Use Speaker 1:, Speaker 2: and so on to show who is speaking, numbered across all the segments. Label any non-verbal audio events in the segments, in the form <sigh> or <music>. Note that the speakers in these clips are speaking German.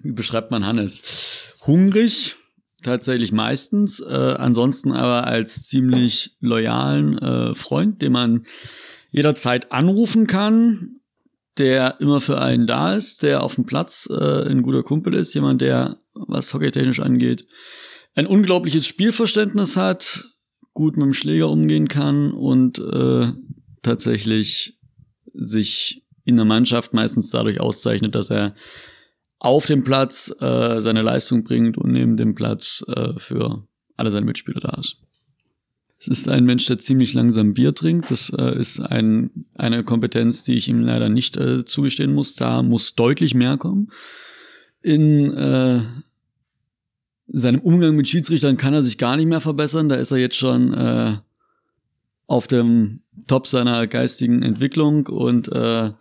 Speaker 1: Wie beschreibt man Hannes? Hungrig, tatsächlich meistens, äh, ansonsten aber als ziemlich loyalen äh, Freund, den man jederzeit anrufen kann, der immer für einen da ist, der auf dem Platz äh, ein guter Kumpel ist, jemand, der, was hockeytechnisch angeht, ein unglaubliches Spielverständnis hat, gut mit dem Schläger umgehen kann und äh, tatsächlich sich in der Mannschaft meistens dadurch auszeichnet, dass er auf dem Platz äh, seine Leistung bringt und neben dem Platz äh, für alle seine Mitspieler da ist. Es ist ein Mensch, der ziemlich langsam Bier trinkt. Das äh, ist ein, eine Kompetenz, die ich ihm leider nicht äh, zugestehen muss. Da muss deutlich mehr kommen. In äh, seinem Umgang mit Schiedsrichtern kann er sich gar nicht mehr verbessern. Da ist er jetzt schon äh, auf dem Top seiner geistigen Entwicklung und äh,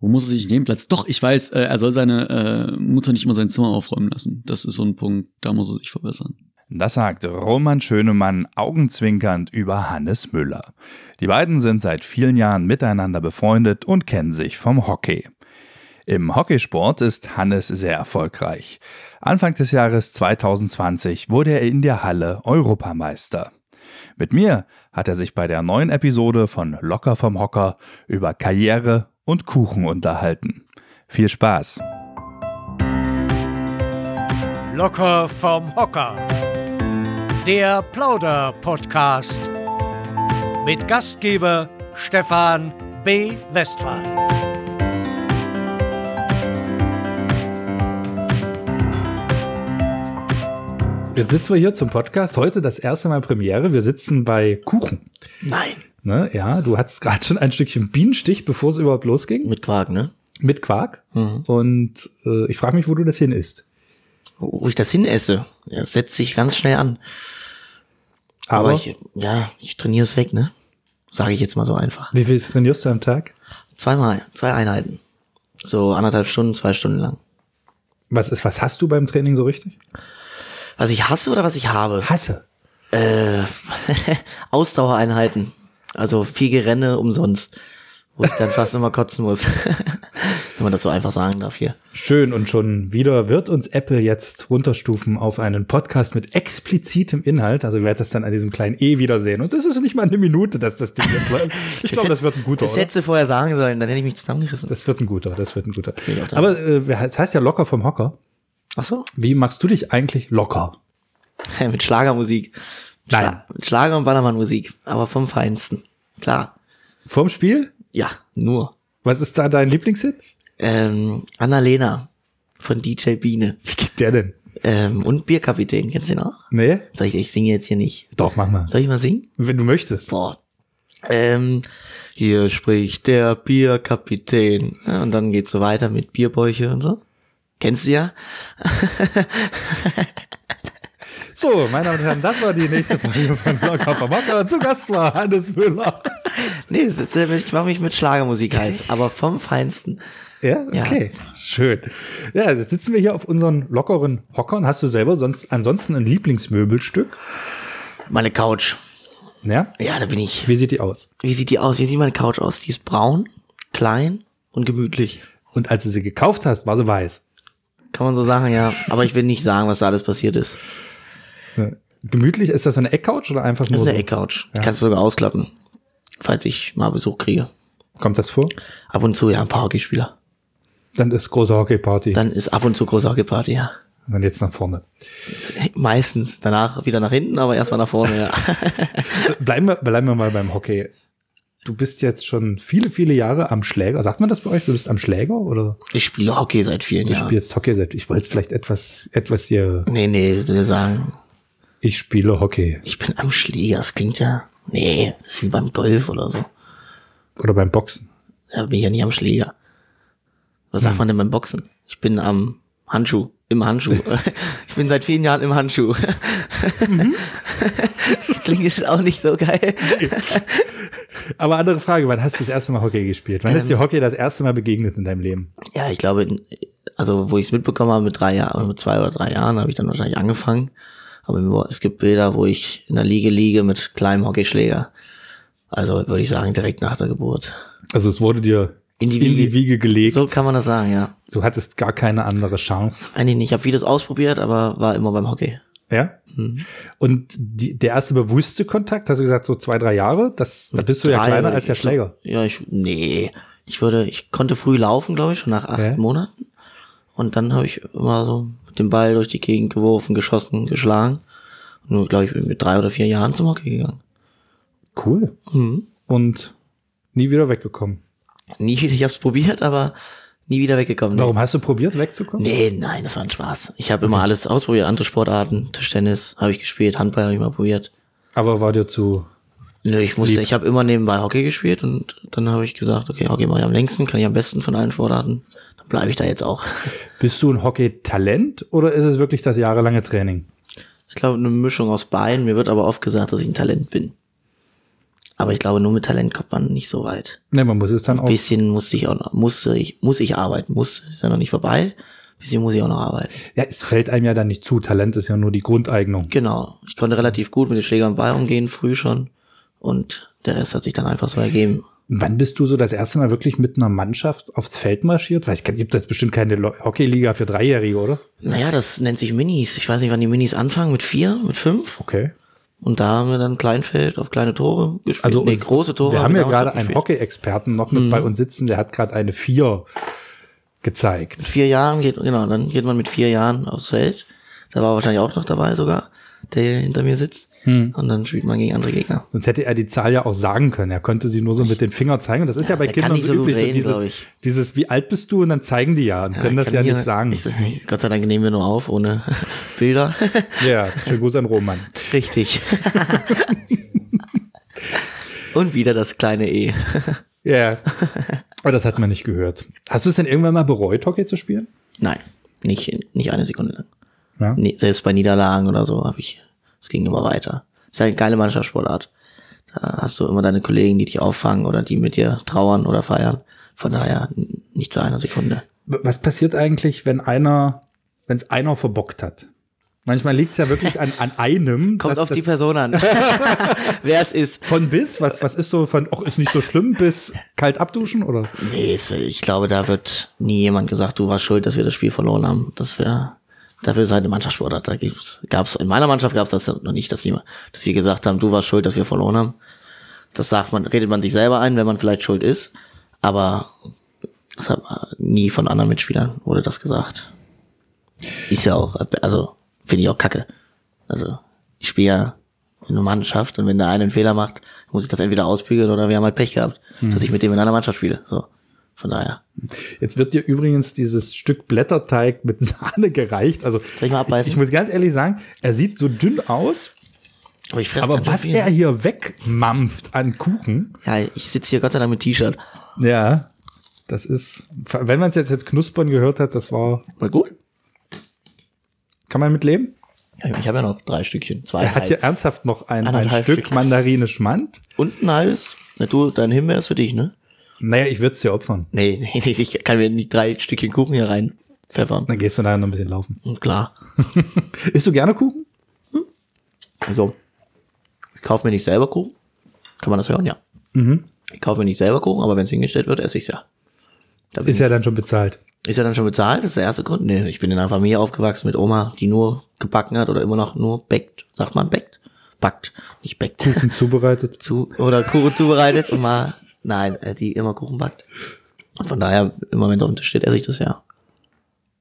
Speaker 1: wo muss er sich nehmen Platz? Doch, ich weiß, äh, er soll seine äh, Mutter nicht immer sein Zimmer aufräumen lassen. Das ist so ein Punkt, da muss er sich verbessern.
Speaker 2: Das sagt Roman Schönemann augenzwinkernd über Hannes Müller. Die beiden sind seit vielen Jahren miteinander befreundet und kennen sich vom Hockey. Im Hockeysport ist Hannes sehr erfolgreich. Anfang des Jahres 2020 wurde er in der Halle Europameister. Mit mir hat er sich bei der neuen Episode von Locker vom Hocker über Karriere und Kuchen unterhalten. Viel Spaß!
Speaker 3: Locker vom Hocker. Der Plauder-Podcast. Mit Gastgeber Stefan B. Westphal.
Speaker 4: Jetzt sitzen wir hier zum Podcast. Heute das erste Mal Premiere. Wir sitzen bei Kuchen.
Speaker 5: Nein.
Speaker 4: Ne? Ja, du hattest gerade schon ein Stückchen Bienenstich, bevor es überhaupt losging,
Speaker 5: Mit Quark, ne?
Speaker 4: mit Quark.
Speaker 5: Mhm.
Speaker 4: Und äh, ich frage mich, wo du das hin isst.
Speaker 5: Wo ich das hinesse. Ja, Das setzt sich ganz schnell an. Aber, ich, ja, ich trainiere es weg, ne? Sage ich jetzt mal so einfach.
Speaker 4: wie viel trainierst du am Tag?
Speaker 5: Zweimal, zwei Einheiten. So anderthalb Stunden, zwei Stunden lang.
Speaker 4: Was, ist, was hast du beim Training so richtig?
Speaker 5: Was ich hasse oder was ich habe?
Speaker 4: Hasse.
Speaker 5: Äh, <laughs> Ausdauereinheiten. Also viel Gerenne umsonst. Wo ich dann fast immer kotzen muss. <laughs> Wenn man das so einfach sagen darf hier.
Speaker 4: Schön und schon wieder wird uns Apple jetzt runterstufen auf einen Podcast mit explizitem Inhalt. Also ihr werdet das dann an diesem kleinen E wiedersehen. Und das ist nicht mal eine Minute, dass das Ding jetzt
Speaker 5: <laughs>
Speaker 4: läuft. Ich glaube, das wird ein guter.
Speaker 5: Das
Speaker 4: oder?
Speaker 5: hättest du vorher sagen sollen, dann hätte ich mich zusammengerissen.
Speaker 4: Das wird ein guter, das wird ein guter.
Speaker 5: Bin auch da.
Speaker 4: Aber äh, es heißt ja locker vom Hocker.
Speaker 5: Ach so?
Speaker 4: Wie machst du dich eigentlich locker?
Speaker 5: Mit Schlagermusik.
Speaker 4: Nein.
Speaker 5: Schla- mit Schlager und Ballermannmusik, aber vom Feinsten. Klar.
Speaker 4: Vorm Spiel?
Speaker 5: Ja, nur.
Speaker 4: Was ist da dein Lieblingshit?
Speaker 5: Ähm, Annalena von DJ Biene. <laughs>
Speaker 4: Wie geht der denn?
Speaker 5: Ähm, und Bierkapitän, kennst du den auch?
Speaker 4: Nee?
Speaker 5: Soll ich, ich singe jetzt hier nicht.
Speaker 4: Doch, mach mal.
Speaker 5: Soll ich mal singen?
Speaker 4: Wenn du möchtest.
Speaker 5: Boah. Ähm, hier spricht der Bierkapitän. Ja, und dann geht's so weiter mit Bierbäuche und so. Kennst du ja?
Speaker 4: So, meine Damen und Herren, das war die nächste Folge von Locker vom Hocker. Zu Gast war Hannes Müller.
Speaker 5: Nee, das ist, äh, ich mach mich mit Schlagermusik heiß, aber vom Feinsten.
Speaker 4: Ja, okay. Schön. Ja, jetzt sitzen wir hier auf unseren lockeren Hockern. Hast du selber sonst ansonsten ein Lieblingsmöbelstück?
Speaker 5: Meine Couch.
Speaker 4: Ja?
Speaker 5: Ja, da bin ich.
Speaker 4: Wie sieht die aus?
Speaker 5: Wie sieht die aus? Wie sieht meine Couch aus? Die ist braun, klein und gemütlich.
Speaker 4: Und als du sie gekauft hast, war sie weiß.
Speaker 5: Kann man so sagen, ja. Aber ich will nicht sagen, was da alles passiert ist.
Speaker 4: Ne? Gemütlich, ist das so eine Eckcouch oder einfach
Speaker 5: Das
Speaker 4: nur
Speaker 5: ist eine
Speaker 4: so?
Speaker 5: Eckcouch. Die kannst du sogar ausklappen, falls ich mal Besuch kriege.
Speaker 4: Kommt das vor?
Speaker 5: Ab und zu ja ein paar Hockeyspieler.
Speaker 4: Dann ist große Hockeyparty.
Speaker 5: Dann ist ab und zu große Hockeyparty, ja. <laughs>
Speaker 4: Und dann jetzt nach vorne.
Speaker 5: Meistens. Danach wieder nach hinten, aber erstmal nach vorne, ja.
Speaker 4: Bleiben wir, bleiben wir mal beim Hockey. Du bist jetzt schon viele, viele Jahre am Schläger. Sagt man das bei euch? Du bist am Schläger oder
Speaker 5: Ich spiele Hockey seit vielen
Speaker 4: du
Speaker 5: Jahren.
Speaker 4: spielst Hockey seit? Ich wollte es vielleicht etwas, etwas hier.
Speaker 5: Nee, nee, ich will sagen,
Speaker 4: Ich spiele Hockey
Speaker 5: ich bin am Schläger. Das klingt ja. Nee, das ist wie beim Golf oder so.
Speaker 4: oder beim Boxen.
Speaker 5: Da bin ich ja nicht am Schläger. Was sagt man denn beim Boxen? Ich bin am Handschuh. Im Handschuh. ich bin seit vielen Jahren im Handschuh. <laughs> Klingt jetzt auch nicht so geil.
Speaker 4: Aber andere Frage: Wann hast du das erste Mal Hockey gespielt? Wann
Speaker 5: Ähm.
Speaker 4: ist dir Hockey das erste Mal begegnet in deinem Leben?
Speaker 5: Ja, ich glaube, also wo ich es mitbekommen habe, mit drei Jahren, mit zwei oder drei Jahren habe ich dann wahrscheinlich angefangen. Aber mir war- es gibt Bilder, wo ich in der Liege liege mit kleinem Hockeyschläger. Also würde ich sagen, direkt nach der Geburt.
Speaker 4: Also es wurde dir
Speaker 5: In die
Speaker 4: in die
Speaker 5: Wiege.
Speaker 4: Wiege gelegt.
Speaker 5: So kann man das sagen, ja.
Speaker 4: Du hattest gar keine andere Chance.
Speaker 5: Eigentlich nicht. Ich habe vieles ausprobiert, aber war immer beim Hockey.
Speaker 4: Ja.
Speaker 5: Mhm.
Speaker 4: Und die, der erste bewusste Kontakt, hast du gesagt, so zwei, drei Jahre, das, da bist du ja
Speaker 5: Drei,
Speaker 4: kleiner als der
Speaker 5: ich glaub-
Speaker 4: Schläger.
Speaker 5: Ja, ich, nee. Ich würde, ich konnte früh laufen, glaube ich, schon nach acht
Speaker 4: Ja.
Speaker 5: Monaten. Und dann habe ich immer so mit dem Ball durch die Gegend geworfen, geschossen, geschlagen. Nur, glaube ich, bin mit drei oder vier Jahren zum Hockey gegangen.
Speaker 4: Cool.
Speaker 5: Mhm.
Speaker 4: Und nie wieder weggekommen.
Speaker 5: Nie wieder, ich habe es probiert, aber nie wieder weggekommen. Nee.
Speaker 4: Warum hast du probiert, wegzukommen?
Speaker 5: Nee, nein, das war ein Spaß. Ich habe immer alles ausprobiert, andere Sportarten, Tischtennis habe ich gespielt, Handball habe ich mal probiert.
Speaker 4: Aber war dir zu.
Speaker 5: Nö, ich musste, ich habe immer nebenbei Hockey gespielt und dann habe ich gesagt, okay, Hockey mache ich am längsten, kann ich am besten von allen Sportarten. Dann bleibe ich da jetzt auch.
Speaker 4: Bist du ein Hockey-Talent oder ist es wirklich das jahrelange Training?
Speaker 5: Ich glaube, eine Mischung aus beiden. Mir wird aber oft gesagt, dass ich ein Talent bin. Aber ich glaube, nur mit Talent kommt man nicht so weit.
Speaker 4: Ne, man muss es dann
Speaker 5: Ein
Speaker 4: auch.
Speaker 5: bisschen musste ich auch noch, musste ich, muss ich arbeiten, muss, ist ja noch nicht vorbei. Ein bisschen muss ich auch noch arbeiten.
Speaker 4: Ja, es fällt einem ja dann nicht zu. Talent ist ja nur die Grundeignung.
Speaker 5: Genau. Ich konnte relativ gut mit dem Schläger und Ball umgehen, früh schon. Und der Rest hat sich dann einfach so ergeben.
Speaker 4: Wann bist du so das erste Mal wirklich mit einer Mannschaft aufs Feld marschiert? Weil es gibt jetzt bestimmt keine Lo- Hockeyliga für Dreijährige, oder?
Speaker 5: Naja, das nennt sich Minis. Ich weiß nicht, wann die Minis anfangen, mit vier, mit fünf.
Speaker 4: Okay.
Speaker 5: Und da haben wir dann Kleinfeld auf kleine Tore gespielt.
Speaker 4: Also
Speaker 5: nee,
Speaker 4: uns-
Speaker 5: große Tore.
Speaker 4: Wir haben ja
Speaker 5: damals
Speaker 4: gerade
Speaker 5: auch
Speaker 4: einen
Speaker 5: gespielt. Mhm.
Speaker 4: Hockey-Experten noch mit bei uns sitzen, der hat gerade eine vier gezeigt.
Speaker 5: vier Jahren geht, genau, dann geht man mit vier Jahren aufs Feld. Da war wahrscheinlich auch noch dabei sogar, der hinter mir sitzt.
Speaker 4: Hm.
Speaker 5: Und dann spielt man gegen andere Gegner.
Speaker 4: Sonst hätte er die Zahl ja auch sagen können. Er konnte sie nur so mit dem Finger zeigen. Und das ist ja,
Speaker 5: Ja,
Speaker 4: bei
Speaker 5: der kann
Speaker 4: Kindern
Speaker 5: nicht
Speaker 4: so
Speaker 5: so gut
Speaker 4: üblich.
Speaker 5: reden,
Speaker 4: so
Speaker 5: glaub
Speaker 4: dieses,
Speaker 5: ich.
Speaker 4: dieses, wie alt bist du? Und dann zeigen die ja und können
Speaker 5: ich
Speaker 4: das
Speaker 5: kann
Speaker 4: ja
Speaker 5: hier-
Speaker 4: nicht sagen.
Speaker 5: Ich, Gott sei Dank nehmen wir nur auf, ohne <laughs> Bilder.
Speaker 4: ja, schön Gruß an Roman.
Speaker 5: Richtig. <laughs> Und wieder das kleine E.
Speaker 4: Ja.
Speaker 5: <laughs>
Speaker 4: Aber das hat man nicht gehört. Hast du es denn irgendwann mal bereut, Hockey zu spielen?
Speaker 5: Nein, nicht, nicht eine Sekunde lang.
Speaker 4: Ja.
Speaker 5: Nee, selbst bei Niederlagen oder so habe ich, es ging immer weiter. Ist ja eine geile Mannschaftssportart. Da hast du immer deine Kollegen, die dich auffangen oder die mit dir trauern oder feiern. Von daher n- nicht zu einer Sekunde.
Speaker 4: Was passiert eigentlich, wenn einer, wenn es einer verbockt hat? Manchmal liegt es ja wirklich an, an einem.
Speaker 5: <laughs> Kommt
Speaker 4: dass
Speaker 5: auf die
Speaker 4: das-
Speaker 5: Person
Speaker 4: <laughs>
Speaker 5: an. Wer es ist.
Speaker 4: Von bis, was, was ist so von, ach, ist nicht so schlimm, bis kalt abduschen oder?
Speaker 5: Nee, es- ich glaube, da wird nie jemand gesagt, du warst schuld, dass wir das Spiel verloren haben. Das wäre, dafür ist halt eine Mannschaftssportart. Da gibt's, gab's, in meiner Mannschaft gab's das noch nicht, dass, jemand, dass wir gesagt haben, du warst schuld, dass wir verloren haben. Das sagt man, redet man sich selber ein, wenn man vielleicht schuld ist. Aber das hat man nie von anderen Mitspielern wurde das gesagt. Ist ja auch, also, finde ich auch kacke. Also, ich spiele ja in einer Mannschaft und wenn der eine einen Fehler macht, muss ich das entweder ausbügeln oder wir haben halt Pech gehabt, dass ich mit dem in einer Mannschaft spiele. So. Von daher.
Speaker 4: Jetzt wird dir übrigens dieses Stück Blätterteig mit Sahne gereicht. Also
Speaker 5: Soll ich mal abbeißen?
Speaker 4: ich muss ganz ehrlich sagen, er sieht so dünn aus,
Speaker 5: Aber ich fresse
Speaker 4: aber
Speaker 5: ganz schön
Speaker 4: was
Speaker 5: viel.
Speaker 4: er hier wegmampft an Kuchen,
Speaker 5: Ja, ich sitze hier Gott sei Dank mit T-Shirt.
Speaker 4: ja, das ist, wenn man es jetzt, jetzt knuspern gehört hat, das war,
Speaker 5: Mal gut.
Speaker 4: kann man mitleben?
Speaker 5: Ja, ich habe ja noch drei Stückchen. Zwei. halt.
Speaker 4: Er hat hier ernsthaft noch ein, ein
Speaker 5: Anderthalb
Speaker 4: Stück
Speaker 5: Stück.
Speaker 4: Mandarine Schmand.
Speaker 5: Und ein halbes. Na, du, dein Himbeer ist für dich, ne?
Speaker 4: Naja, ich würde es dir opfern.
Speaker 5: Nee, <laughs> nee, nee, ich kann mir nicht drei Stückchen Kuchen hier rein pfeffern. Hm,
Speaker 4: Dann gehst du nachher noch ein bisschen laufen. <laughs>
Speaker 5: Klar.
Speaker 4: Isst du gerne Kuchen?
Speaker 5: Also, ich kaufe mir nicht selber Kuchen. Kann man das hören? Ja.
Speaker 4: Mhm.
Speaker 5: Ich kaufe mir nicht selber Kuchen, aber wenn es hingestellt wird, esse ich es ja. Da bin
Speaker 4: Ist ja dann schon bezahlt.
Speaker 5: Ist er dann schon bezahlt? Das ist der erste Grund? Nee, ich bin in einer Familie aufgewachsen mit Oma, die nur gebacken hat oder immer noch nur backt. Sagt man backt? Backt, nicht backt.
Speaker 4: Und zubereitet.
Speaker 5: Zu, oder Kuchen zubereitet und mal, nein, äh, die immer Kuchen backt. Und von daher, immer wenn es auf dem Tisch steht, esse ich das ja.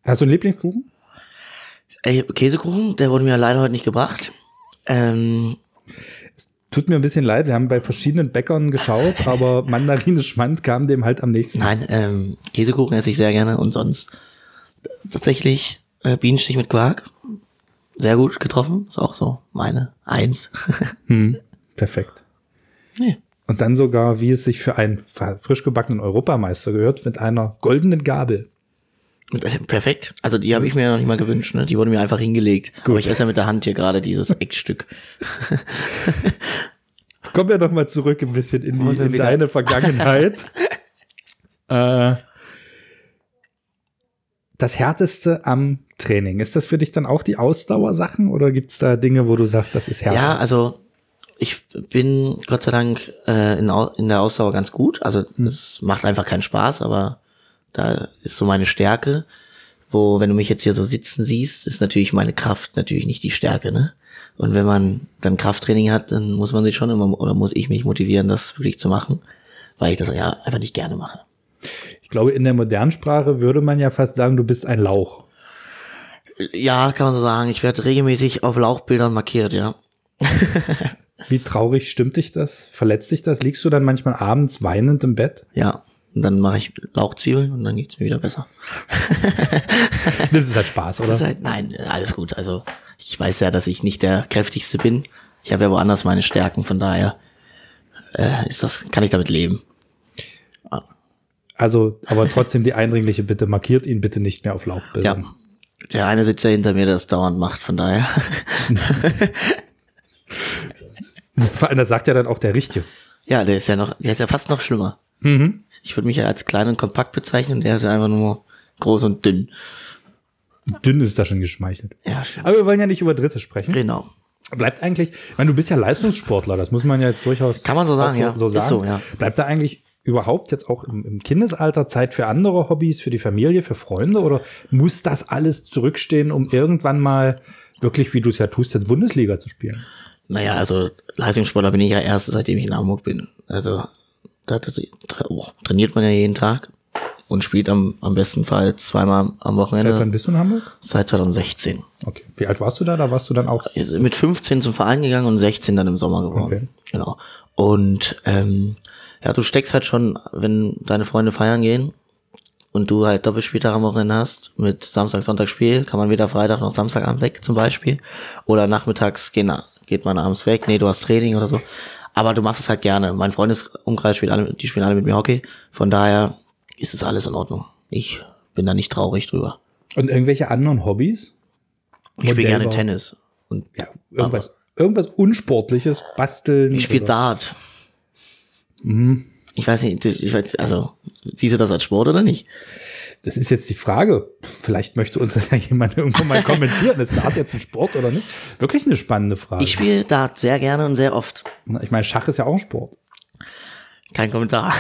Speaker 4: Hast du einen Lieblingskuchen?
Speaker 5: Ey, Käsekuchen, der wurde mir leider heute nicht gebracht. Ähm,
Speaker 4: Tut mir ein bisschen leid, wir haben bei verschiedenen Bäckern geschaut,
Speaker 5: <laughs>
Speaker 4: aber Mandarine Schmand kam dem halt am nächsten.
Speaker 5: Nein, ähm, Käsekuchen esse ich sehr gerne und sonst tatsächlich äh, Bienenstich mit Quark. Sehr gut getroffen, ist auch so meine Eins. <laughs>
Speaker 4: Perfekt.
Speaker 5: nee.
Speaker 4: Und dann sogar, wie es sich für einen fa- frisch gebackenen Europameister gehört, mit einer goldenen Gabel.
Speaker 5: Und, äh, Perfekt. Also die habe ich mir ja noch nicht mal gewünscht, ne? Die wurde mir einfach hingelegt. Aber ich esse ja mit der Hand hier gerade dieses Eckstück.
Speaker 4: Kommen wir doch mal zurück ein bisschen in, die, in
Speaker 5: wieder-
Speaker 4: deine
Speaker 5: <laughs>
Speaker 4: Vergangenheit. äh, das Härteste am Training, ist das für dich dann auch die Ausdauersachen oder gibt es da Dinge, wo du sagst, das ist härter?
Speaker 5: Ja, also ich bin Gott sei Dank äh, in, Au- in der Ausdauer ganz gut. Also es macht einfach keinen Spaß, aber da ist so meine Stärke. Wo, wenn du mich jetzt hier so sitzen siehst, ist natürlich meine Kraft natürlich nicht die Stärke, ne? Und wenn man dann Krafttraining hat, dann muss man sich schon immer oder muss ich mich motivieren, das wirklich zu machen, weil ich das ja einfach nicht gerne mache.
Speaker 4: Ich glaube, in der modernen Sprache würde man ja fast sagen, du bist ein Lauch.
Speaker 5: Ja, kann man so sagen. Ich werde regelmäßig auf Lauchbildern markiert, ja.
Speaker 4: Wie traurig stimmt dich das? Verletzt dich das? Liegst du dann manchmal abends weinend im Bett?
Speaker 5: <laughs> Ja. Und dann mache ich Lauchzwiebeln und dann geht's mir wieder besser.
Speaker 4: Nimmst es halt Spaß,
Speaker 5: Das ist
Speaker 4: oder?
Speaker 5: halt, nein, alles gut. Also ich weiß ja, dass ich nicht der kräftigste bin. Ich habe ja woanders meine Stärken, von daher äh, ist das, kann ich damit leben.
Speaker 4: Also, aber trotzdem die eindringliche Bitte, markiert ihn bitte nicht mehr auf Laubbildern.
Speaker 5: Ja. Der eine sitzt ja hinter mir, der das dauernd macht, von daher.
Speaker 4: <laughs>
Speaker 5: <laughs>
Speaker 4: Vor allem, das sagt ja dann auch der Richtige.
Speaker 5: Ja, der ist ja noch, der ist ja fast noch schlimmer. Ich würde mich ja als klein und kompakt bezeichnen, der ist ja einfach nur groß und dünn.
Speaker 4: Dünn ist da schon geschmeichelt.
Speaker 5: Ja, stimmt.
Speaker 4: Aber wir wollen ja nicht über Dritte sprechen.
Speaker 5: genau.
Speaker 4: Bleibt eigentlich, ich meine, du bist ja Leistungssportler, das muss man ja jetzt durchaus
Speaker 5: Kann man so
Speaker 4: auch
Speaker 5: sagen, ja.
Speaker 4: So
Speaker 5: Ist
Speaker 4: sagen.
Speaker 5: so, ja.
Speaker 4: Bleibt da eigentlich überhaupt jetzt auch im, im Kindesalter Zeit für andere Hobbys, für die Familie, für Freunde oder muss das alles zurückstehen, um irgendwann mal wirklich, wie du es ja tust, jetzt Bundesliga zu spielen?
Speaker 5: Naja, also Leistungssportler bin ich ja erst, seitdem ich in Hamburg bin. Also da tra tra- oh, trainiert man ja jeden Tag und spielt am, am besten Fall zweimal am
Speaker 4: Seit wann
Speaker 5: Wochenende
Speaker 4: bist du in Hamburg?
Speaker 5: seit 2016.
Speaker 4: Okay. Wie alt warst du da? Da warst du dann auch.
Speaker 5: Ist mit 15 zum Verein gegangen und 16 dann im Sommer geworden. Genau. Und ähm, ja, du steckst halt schon, wenn deine Freunde feiern gehen und du halt Doppelspieltag am Wochenende hast, mit Samstag, Sonntag Spiel, kann man weder Freitag noch Samstagabend weg zum Beispiel. Oder nachmittags gehen, geht man abends weg, nee, du hast Training oder so. Aber du machst es halt gerne. Mein Freundesumkreis spielt alle, die spielen alle mit mir Hockey. Von daher ist es alles in Ordnung. Ich bin da nicht traurig drüber.
Speaker 4: Und irgendwelche anderen Hobbys?
Speaker 5: Ich spiele gerne
Speaker 4: Modellbau.
Speaker 5: Tennis. Und
Speaker 4: Ja, irgendwas, irgendwas Unsportliches, basteln.
Speaker 5: Ich spiele
Speaker 4: Hm, oder- Hm.
Speaker 5: Dart. Ich weiß nicht, ich weiß, also, siehst du das als Sport oder nicht?
Speaker 4: Das ist jetzt die Frage. Vielleicht möchte uns das ja jemand <laughs> irgendwo mal kommentieren. Ist Dart jetzt ein Sport oder nicht? Wirklich eine spannende Frage.
Speaker 5: Ich spiele Dart sehr gerne und sehr oft.
Speaker 4: Na, ich meine, Schach ist ja auch ein Sport.
Speaker 5: Kein Kommentar.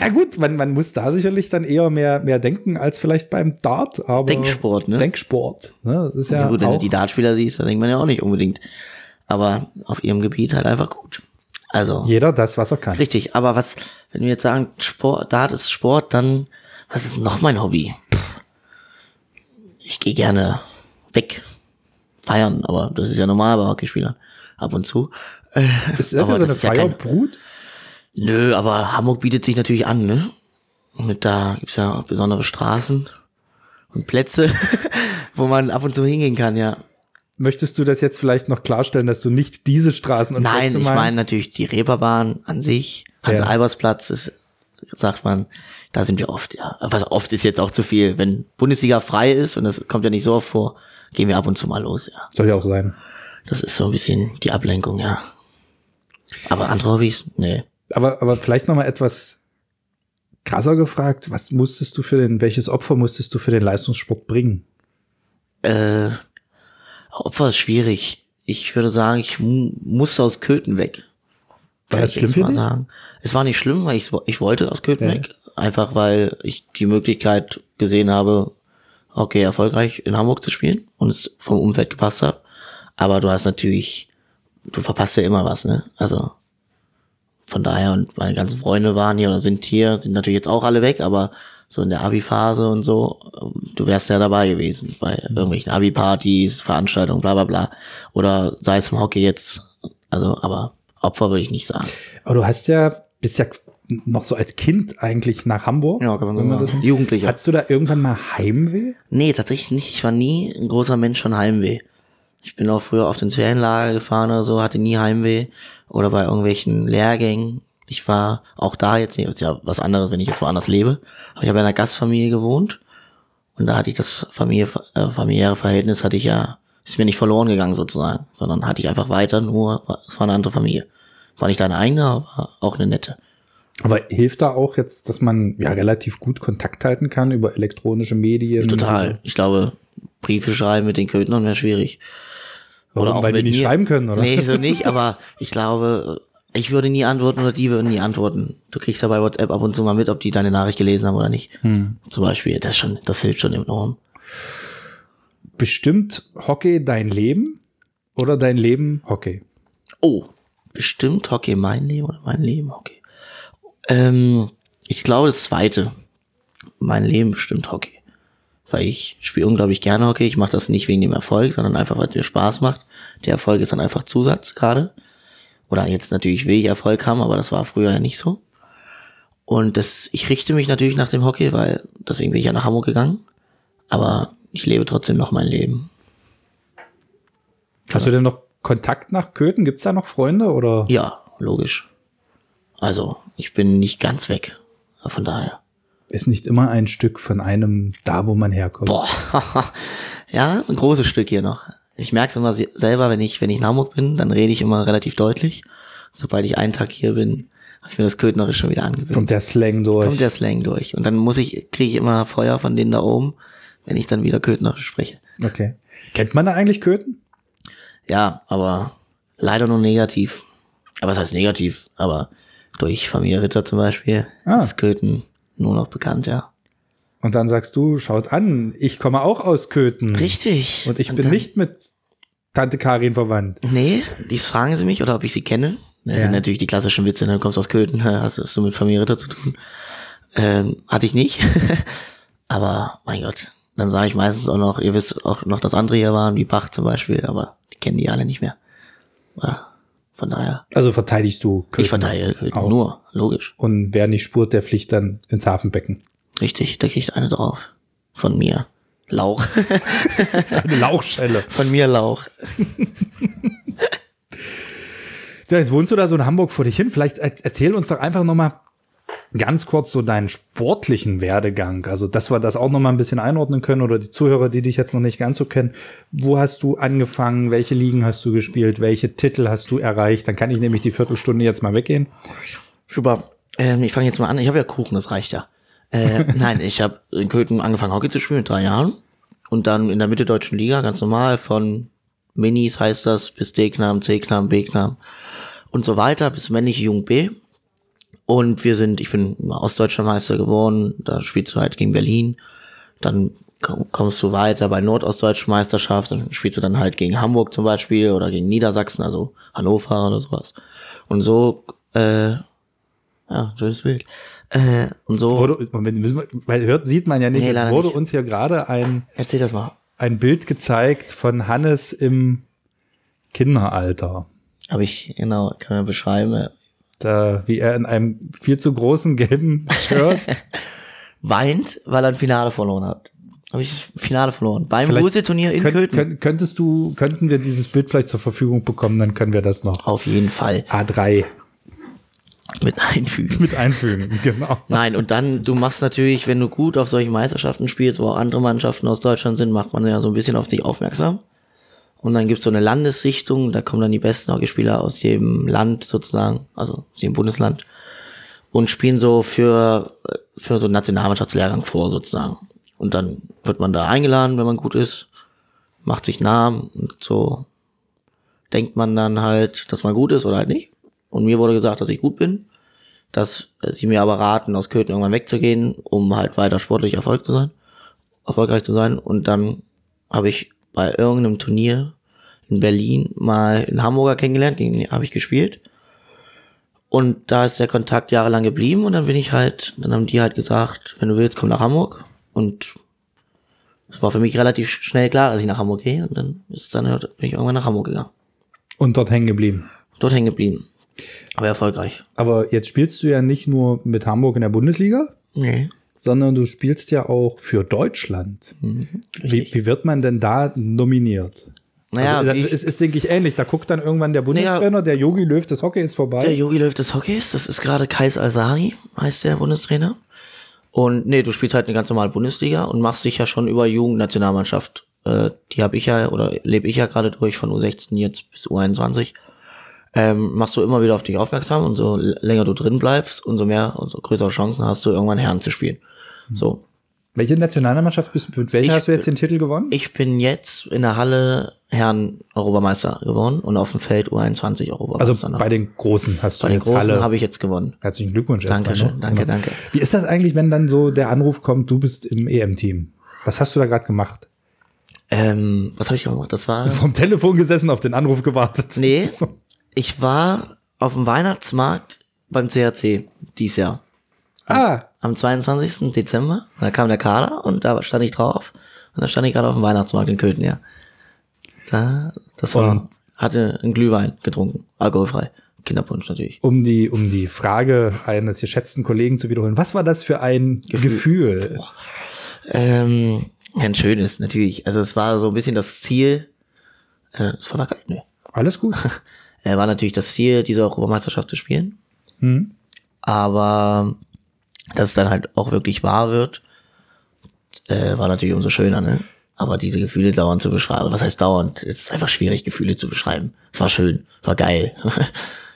Speaker 4: Ja gut, man, man muss da sicherlich dann eher mehr, mehr denken als vielleicht beim Dart. Aber
Speaker 5: Denksport, ne?
Speaker 4: Denksport. Ne? Das ist ja,
Speaker 5: <laughs> Ja, gut, wenn
Speaker 4: auch,
Speaker 5: du die Dartspieler siehst, dann denkt man ja auch nicht unbedingt. Aber auf ihrem Gebiet halt einfach gut. Also,
Speaker 4: jeder das, was er kann.
Speaker 5: richtig. Aber was, wenn wir jetzt sagen, Sport, Dart ist Sport, dann, was ist noch mein Hobby? Pff. Ich gehe gerne weg. Feiern, aber das ist ja normal bei Hockeyspielern. Ab und zu.
Speaker 4: Ist das
Speaker 5: aber
Speaker 4: ja so eine
Speaker 5: das ist ja kein-
Speaker 4: Feierbrut?
Speaker 5: Nö, aber Hamburg bietet sich natürlich an, ne? Mit da gibt's ja auch besondere Straßen und Plätze, <laughs> wo man ab und zu hingehen kann, ja.
Speaker 4: Möchtest du das jetzt vielleicht noch klarstellen, dass du nicht diese Straßen und
Speaker 5: Nein,
Speaker 4: Plätze
Speaker 5: ich meine
Speaker 4: meinst?
Speaker 5: natürlich die Reeperbahn an sich, Hans-Albers-Platz ist, sagt man, da sind wir oft, ja. Was oft ist jetzt auch zu viel. Wenn Bundesliga frei ist, und das kommt ja nicht so oft vor, gehen wir ab und zu mal los, ja.
Speaker 4: Soll ja auch sein.
Speaker 5: Das ist so ein bisschen die Ablenkung, ja. Aber andere Hobbys, nee.
Speaker 4: Aber, aber vielleicht noch mal etwas krasser gefragt. Was musstest du für den, welches Opfer musstest du für den Leistungssport bringen?
Speaker 5: Äh, Opfer ist schwierig. Ich würde sagen, ich mu muss aus Köthen weg.
Speaker 4: War
Speaker 5: Kann
Speaker 4: das
Speaker 5: ich
Speaker 4: schlimm
Speaker 5: jetzt
Speaker 4: für
Speaker 5: mal
Speaker 4: dich?
Speaker 5: sagen. Es war nicht schlimm, weil ich, ich wollte aus Köthen
Speaker 4: Ja.
Speaker 5: weg. Einfach weil ich die Möglichkeit gesehen habe, okay, erfolgreich in Hamburg zu spielen und es vom Umfeld gepasst habe. Aber du hast natürlich, du verpasst ja immer was, ne? Also von daher und meine ganzen Freunde waren hier oder sind hier, sind natürlich jetzt auch alle weg, aber so in der Abi-Phase und so, ähm, du wärst ja dabei gewesen bei irgendwelchen Abi-Partys, Veranstaltungen, bla bla bla. Oder sei es im Hockey jetzt, also aber Opfer würde ich nicht sagen.
Speaker 4: Aber du hast ja, bist ja noch so als Kind eigentlich nach Hamburg.
Speaker 5: Ja, kann man so
Speaker 4: wenn
Speaker 5: sagen.
Speaker 4: das-
Speaker 5: Jugendlicher.
Speaker 4: Hattest du da irgendwann mal Heimweh?
Speaker 5: Nee, tatsächlich nicht. Ich war nie ein großer Mensch von Heimweh. Ich bin auch früher oft ins Ferienlager gefahren oder so, hatte nie Heimweh oder bei irgendwelchen Lehrgängen. Ich war auch da jetzt nicht, ist ja was anderes, wenn ich jetzt woanders lebe. Aber ich habe in einer Gastfamilie gewohnt und da hatte ich das Familie, äh, familiäre Verhältnis, hatte ich ja, ist mir nicht verloren gegangen sozusagen, sondern hatte ich einfach weiter, nur es war eine andere Familie. War nicht deine eigene, aber auch eine nette.
Speaker 4: Aber hilft da auch jetzt, dass man ja relativ gut Kontakt halten kann über
Speaker 5: Mhm.
Speaker 4: elektronische Medien?
Speaker 5: Total. Ich glaube, Briefe schreiben mit den Köthnern wäre schwierig.
Speaker 4: Warum? Weil die
Speaker 5: mit
Speaker 4: nicht
Speaker 5: mir.
Speaker 4: schreiben können, oder? <laughs>
Speaker 5: Nee, so nicht, aber ich glaube, ich würde nie antworten oder die würden nie antworten. Du kriegst ja bei WhatsApp ab und zu mal mit, ob die deine Nachricht gelesen haben oder nicht.
Speaker 4: Hm.
Speaker 5: Zum Beispiel, das schon, das hilft schon enorm.
Speaker 4: Bestimmt Hockey dein Leben oder dein Leben Hockey?
Speaker 5: Oh, bestimmt Hockey mein Leben oder mein Leben Hockey. Ähm, ich glaube das zweite. Mein Leben bestimmt Hockey. Weil ich spiele unglaublich gerne Hockey. Ich mache das nicht wegen dem Erfolg, sondern einfach, weil es mir Spaß macht. Der Erfolg ist dann einfach Zusatz gerade. Oder jetzt natürlich will ich Erfolg haben, aber das war früher ja nicht so. Und das, ich richte mich natürlich nach dem Hockey, weil deswegen bin ich ja nach Hamburg gegangen. Aber ich lebe trotzdem noch mein Leben.
Speaker 4: Hast du denn noch Kontakt nach Köthen? Gibt's da noch Freunde oder?
Speaker 5: Ja, logisch. Also, ich bin nicht ganz weg. Von daher.
Speaker 4: Ist nicht immer ein Stück von einem da, wo man herkommt.
Speaker 5: Boah. <laughs> ja, ist ein großes Stück hier noch. Ich merke es immer se- selber, wenn ich, wenn ich in Hamburg bin, dann rede ich immer relativ deutlich. Sobald ich einen Tag hier bin, habe ich mir das Köthnerisch schon wieder angewöhnt.
Speaker 4: Kommt der Slang durch.
Speaker 5: Kommt der Slang durch. Und dann muss ich, kriege ich immer Feuer von denen da oben, wenn ich dann wieder Köthnerisch spreche.
Speaker 4: okay. Kennt man da eigentlich Köthen?
Speaker 5: Ja, aber leider nur negativ. Aber was heißt negativ? Aber durch Familie Ritter zum Beispiel
Speaker 4: Ah.
Speaker 5: ist Köthen nur noch bekannt, ja.
Speaker 4: Und dann sagst du, schaut an, ich komme auch aus Köthen.
Speaker 5: Richtig.
Speaker 4: Und ich bin
Speaker 5: dann-
Speaker 4: nicht mit Tante Karin verwandt.
Speaker 5: Nee, die fragen sie mich oder ob ich sie kenne. Das
Speaker 4: Ja.
Speaker 5: sind natürlich die klassischen Witze, ne? du kommst aus Köthen, <laughs> hast, hast du mit Familie Ritter zu tun. Ähm, hatte ich nicht. <laughs> aber mein Gott, dann sage ich meistens auch noch, ihr wisst auch noch, dass andere hier waren, wie Bach zum Beispiel, aber die kennen die alle nicht mehr. Ja, von daher,
Speaker 4: Also verteidigst du Köthen.
Speaker 5: ich verteile Köthen
Speaker 4: Auch.
Speaker 5: nur, logisch.
Speaker 4: Und wer nicht spurt, der fliegt dann ins Hafenbecken.
Speaker 5: Richtig, da kriegt eine drauf. Von mir. Lauch. <laughs>
Speaker 4: Eine Lauchschelle.
Speaker 5: Von mir Lauch.
Speaker 4: Ja, jetzt wohnst du da so in Hamburg vor dich hin. Vielleicht er- erzähl uns doch einfach nochmal ganz kurz so deinen sportlichen Werdegang. Also, dass wir das auch nochmal ein bisschen einordnen können oder die Zuhörer, die dich jetzt noch nicht ganz so kennen. Wo hast du angefangen? Welche Ligen hast du gespielt? Welche Titel hast du erreicht? Dann kann ich nämlich die Viertelstunde jetzt mal weggehen.
Speaker 5: Super. Ähm, ich fange jetzt mal an. Ich habe ja Kuchen, das reicht ja. Äh, nein, ich habe in Köthen angefangen, Hockey zu spielen mit drei Jahren. Und dann in der mitteldeutschen Liga, ganz normal, von Minis heißt das, bis D-Knamen, C-Knamen, B-Knamen und so weiter, bis männliche Jugend B. Und wir sind, ich bin mal Ostdeutscher Meister geworden, da spielst du halt gegen Berlin. Dann k- kommst du weiter bei Nordostdeutschen Meisterschaft, dann spielst du dann halt gegen Hamburg zum Beispiel oder gegen Niedersachsen, also Hannover oder sowas. Und so, äh, ja, schönes Bild. Äh, und so,
Speaker 4: Wurde, Moment, müssen wir- weil hört, sieht man ja nicht,
Speaker 5: Nee,
Speaker 4: jetzt
Speaker 5: leider
Speaker 4: wurde
Speaker 5: nicht.
Speaker 4: uns hier gerade ein,
Speaker 5: erzähl das mal.
Speaker 4: ein Bild gezeigt von Hannes im Kinderalter.
Speaker 5: Habe ich, genau, kann man beschreiben. äh,
Speaker 4: Da, wie er in einem viel zu großen gelben Shirt
Speaker 5: Weint, weil er ein Finale verloren hat. Habe ich das Finale verloren. Beim
Speaker 4: Vielleicht
Speaker 5: Ruseturnier in
Speaker 4: Könnt-
Speaker 5: Köthen.
Speaker 4: könnt- könntest du, könnten wir dieses Bild vielleicht zur Verfügung bekommen, dann können wir das noch
Speaker 5: Auf jeden Fall
Speaker 4: A3
Speaker 5: mit <laughs> einfügen.
Speaker 4: <laughs> mit einfügen. genau. <laughs>
Speaker 5: Nein, und dann, du machst natürlich, wenn du gut auf solchen Meisterschaften spielst, wo auch andere Mannschaften aus Deutschland sind, macht man ja so ein bisschen auf sich aufmerksam. Und dann gibt's so eine Landessichtung, da kommen dann die besten Hockeyspieler aus jedem Land sozusagen, also aus jedem Bundesland, und spielen so für, für so einen Nationalmannschaftslehrgang vor sozusagen. Und dann wird man da eingeladen, wenn man gut ist, macht sich Namen und so denkt man dann halt, dass man gut ist oder halt nicht. Und mir wurde gesagt, dass ich gut bin dass sie mir aber raten, aus Köthen irgendwann wegzugehen, um halt weiter sportlich Erfolg zu sein, erfolgreich zu sein. Und dann habe ich bei irgendeinem Turnier in Berlin mal einen Hamburger kennengelernt, gegen den habe ich gespielt. Und da ist der Kontakt jahrelang geblieben und dann bin ich halt, dann haben die halt gesagt, wenn du willst, komm nach Hamburg. Und es war für mich relativ schnell klar, dass ich nach Hamburg gehe. Und dann ist dann bin ich irgendwann nach Hamburg gegangen.
Speaker 4: Und dort hängen geblieben.
Speaker 5: Dort hängen geblieben. Aber erfolgreich.
Speaker 4: Aber jetzt spielst du ja nicht nur mit Hamburg in der Bundesliga,
Speaker 5: Nee.
Speaker 4: sondern du spielst ja auch für Deutschland. Wie,
Speaker 5: Mhm. richtig.
Speaker 4: wie wird man denn da nominiert?
Speaker 5: Naja,
Speaker 4: also,
Speaker 5: wie
Speaker 4: es
Speaker 5: ich-
Speaker 4: ist, ist, denke ich, ähnlich. Da guckt dann irgendwann der Bundestrainer, der Yogi Löw, das Hockey ist vorbei.
Speaker 5: Der Yogi Löw des Hockeys, das ist gerade Kais Alsani, heißt der Bundestrainer. Und nee, du spielst halt eine ganz normale Bundesliga und machst dich ja schon über Jugendnationalmannschaft. Äh, die habe ich ja oder lebe ich ja gerade durch von U16 jetzt bis U21. Ähm, machst du immer wieder auf dich aufmerksam und so
Speaker 4: Hm.
Speaker 5: l- länger du drin bleibst, umso mehr, umso größere Chancen hast du, irgendwann Herren zu spielen. So.
Speaker 4: Welche Nationalmannschaft bist du? Mit welcher
Speaker 5: Ich-
Speaker 4: hast du jetzt den Titel gewonnen?
Speaker 5: Ich bin jetzt in der Halle Herren Europameister geworden und auf dem Feld U21 Europameister.
Speaker 4: also
Speaker 5: noch.
Speaker 4: bei den Großen hast du
Speaker 5: Bei den
Speaker 4: jetzt
Speaker 5: Großen
Speaker 4: alle.
Speaker 5: habe ich jetzt gewonnen.
Speaker 4: Herzlichen Glückwunsch. erstmal,
Speaker 5: Dankeschön,
Speaker 4: ne?
Speaker 5: danke,
Speaker 4: Genau.
Speaker 5: danke.
Speaker 4: Wie ist das eigentlich, wenn dann so der Anruf kommt, du bist im EM-Team? Was hast du da gerade gemacht?
Speaker 5: Ähm, was habe ich gemacht? Das war.
Speaker 4: Vom Telefon gesessen, auf den Anruf gewartet. <laughs>
Speaker 5: Nee, ich war auf dem Weihnachtsmarkt beim CHC dies Jahr.
Speaker 4: Ah,
Speaker 5: Am 22. Dezember. Und da kam der Kader und da stand ich drauf. Und da stand ich gerade auf dem Weihnachtsmarkt in Köthen, ja. Da, das war.
Speaker 4: Und-
Speaker 5: Hatte einen Glühwein getrunken. Alkoholfrei. Kinderpunsch natürlich.
Speaker 4: um die, um die Frage eines geschätzten Kollegen zu wiederholen. Was war das für ein Gefühl?
Speaker 5: Ähm, ja, ein schönes, natürlich. Also es war so ein bisschen das Ziel. Äh, Es war kalt, ne?
Speaker 4: Alles
Speaker 5: <laughs>
Speaker 4: gut.
Speaker 5: Äh, war natürlich das Ziel, diese Europameisterschaft zu spielen.
Speaker 4: Hm.
Speaker 5: Aber dass es dann halt auch wirklich wahr wird, äh, war natürlich umso schöner, ne? Aber diese Gefühle dauernd zu beschreiben, was heißt dauernd? Es ist einfach schwierig, Gefühle zu beschreiben. Es war schön, war geil. <laughs>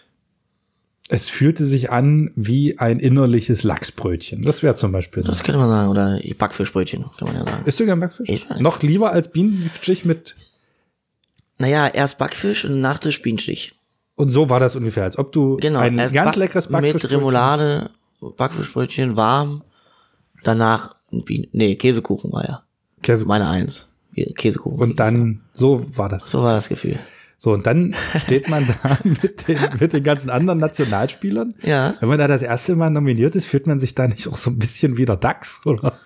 Speaker 4: Es fühlte sich an wie ein innerliches Lachsbrötchen. Das wäre zum Beispiel das.
Speaker 5: Das könnte man sagen. Oder Backfischbrötchen, kann man ja sagen.
Speaker 4: Isst du gern Backfisch?
Speaker 5: Ich-
Speaker 4: Noch lieber als Bienenstich mit.
Speaker 5: Naja, erst Backfisch und nach Tisch Bienenstich.
Speaker 4: Und so war das ungefähr, als ob du
Speaker 5: Genau.
Speaker 4: ein
Speaker 5: erst
Speaker 4: ganz
Speaker 5: Back-
Speaker 4: leckeres Backfisch
Speaker 5: Mit Remoulade, Backfischbrötchen, warm. Danach ein Bienen. Nee, Käsekuchen war ja.
Speaker 4: Käse.
Speaker 5: Also Meine Eins. Käsekuchen.
Speaker 4: Und dann, so war das.
Speaker 5: So war das Gefühl.
Speaker 4: So, und dann steht man da <laughs> mit den, mit den ganzen anderen Nationalspielern.
Speaker 5: Ja.
Speaker 4: Wenn man da das erste Mal nominiert ist, fühlt man sich da nicht auch so ein bisschen wie der DAX, oder?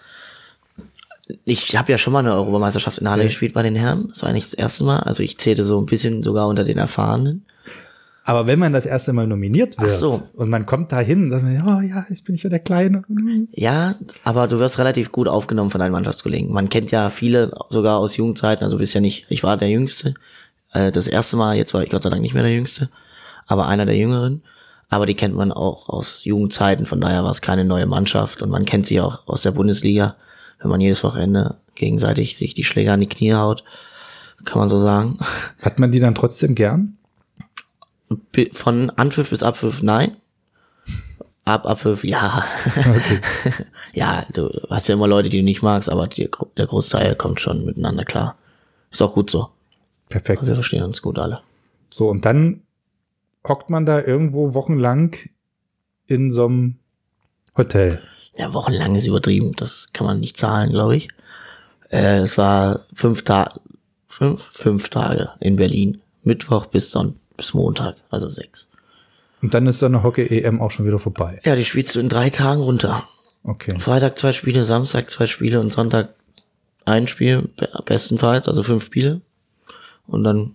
Speaker 5: Ich habe ja schon mal eine Europameisterschaft in der Halle gespielt bei den Herren. Das war nicht das erste Mal. Also ich zählte so ein bisschen sogar unter den Erfahrenen.
Speaker 4: Aber wenn man das erste Mal nominiert wird
Speaker 5: Ach so.
Speaker 4: und man kommt da hin, sagt man, oh ja, jetzt bin ich ja der Kleine.
Speaker 5: Ja, aber du wirst relativ gut aufgenommen von deinen Mannschaftskollegen. Man kennt ja viele sogar aus Jugendzeiten. Also bist ja nicht, ich war der Jüngste. Äh, Das erste Mal, jetzt war ich Gott sei Dank nicht mehr der Jüngste, aber einer der Jüngeren. Aber die kennt man auch aus Jugendzeiten. Von daher war es keine neue Mannschaft. Und man kennt sie auch aus der Bundesliga. Wenn man jedes Wochenende gegenseitig sich die Schläger an die Knie haut, kann man so sagen.
Speaker 4: Hat man die dann trotzdem gern?
Speaker 5: Bi- von Anpfiff bis Abpfiff nein. Ab Abpfiff ja. <laughs> ja, du hast ja immer Leute, die du nicht magst, aber die, Gro- der Großteil kommt schon miteinander klar. Ist auch gut so. Also
Speaker 4: Perfekt.
Speaker 5: Wir verstehen uns gut alle.
Speaker 4: So, und dann hockt man da irgendwo wochenlang in so einem Hotel.
Speaker 5: Ja, wochenlang ist übertrieben. Das kann man nicht zahlen, glaube ich. Äh, es war fünf Tage, fünf, fünf Tage in Berlin. Mittwoch bis Sonntag, bis Montag, also sechs.
Speaker 4: Und dann ist so eine Hockey-EM auch schon wieder vorbei.
Speaker 5: Ja, die spielst du in drei Tagen runter.
Speaker 4: Okay.
Speaker 5: Freitag zwei Spiele, Samstag zwei Spiele und Sonntag ein Spiel, be- bestenfalls, also fünf Spiele. Und dann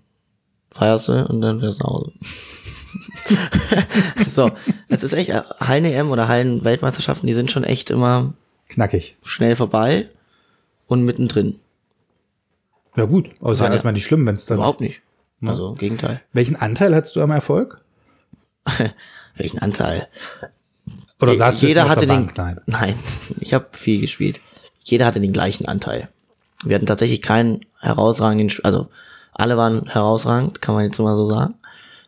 Speaker 5: feierst du und dann fährst du nach Hause. <laughs> so, es ist echt, äh, Hallen-EM oder Hallen-Weltmeisterschaften, die sind schon echt immer
Speaker 4: Knackig.
Speaker 5: schnell vorbei und mittendrin.
Speaker 4: Ja gut, aber ist ja erstmal nicht schlimm, wenn es dann...
Speaker 5: Überhaupt nicht. Also, im Gegenteil.
Speaker 4: Welchen Anteil hattest du am Erfolg?
Speaker 5: Welchen Anteil?
Speaker 4: Oder
Speaker 5: Je-
Speaker 4: saßt
Speaker 5: Äh, jeder
Speaker 4: du jetzt
Speaker 5: hatte
Speaker 4: nur auf
Speaker 5: den,
Speaker 4: der Bank? Nein.
Speaker 5: Nein, <laughs> ich habe viel gespielt. Jeder hatte den gleichen Anteil. Wir hatten tatsächlich keinen herausragenden, Sp- also alle waren herausragend, kann man jetzt mal so sagen.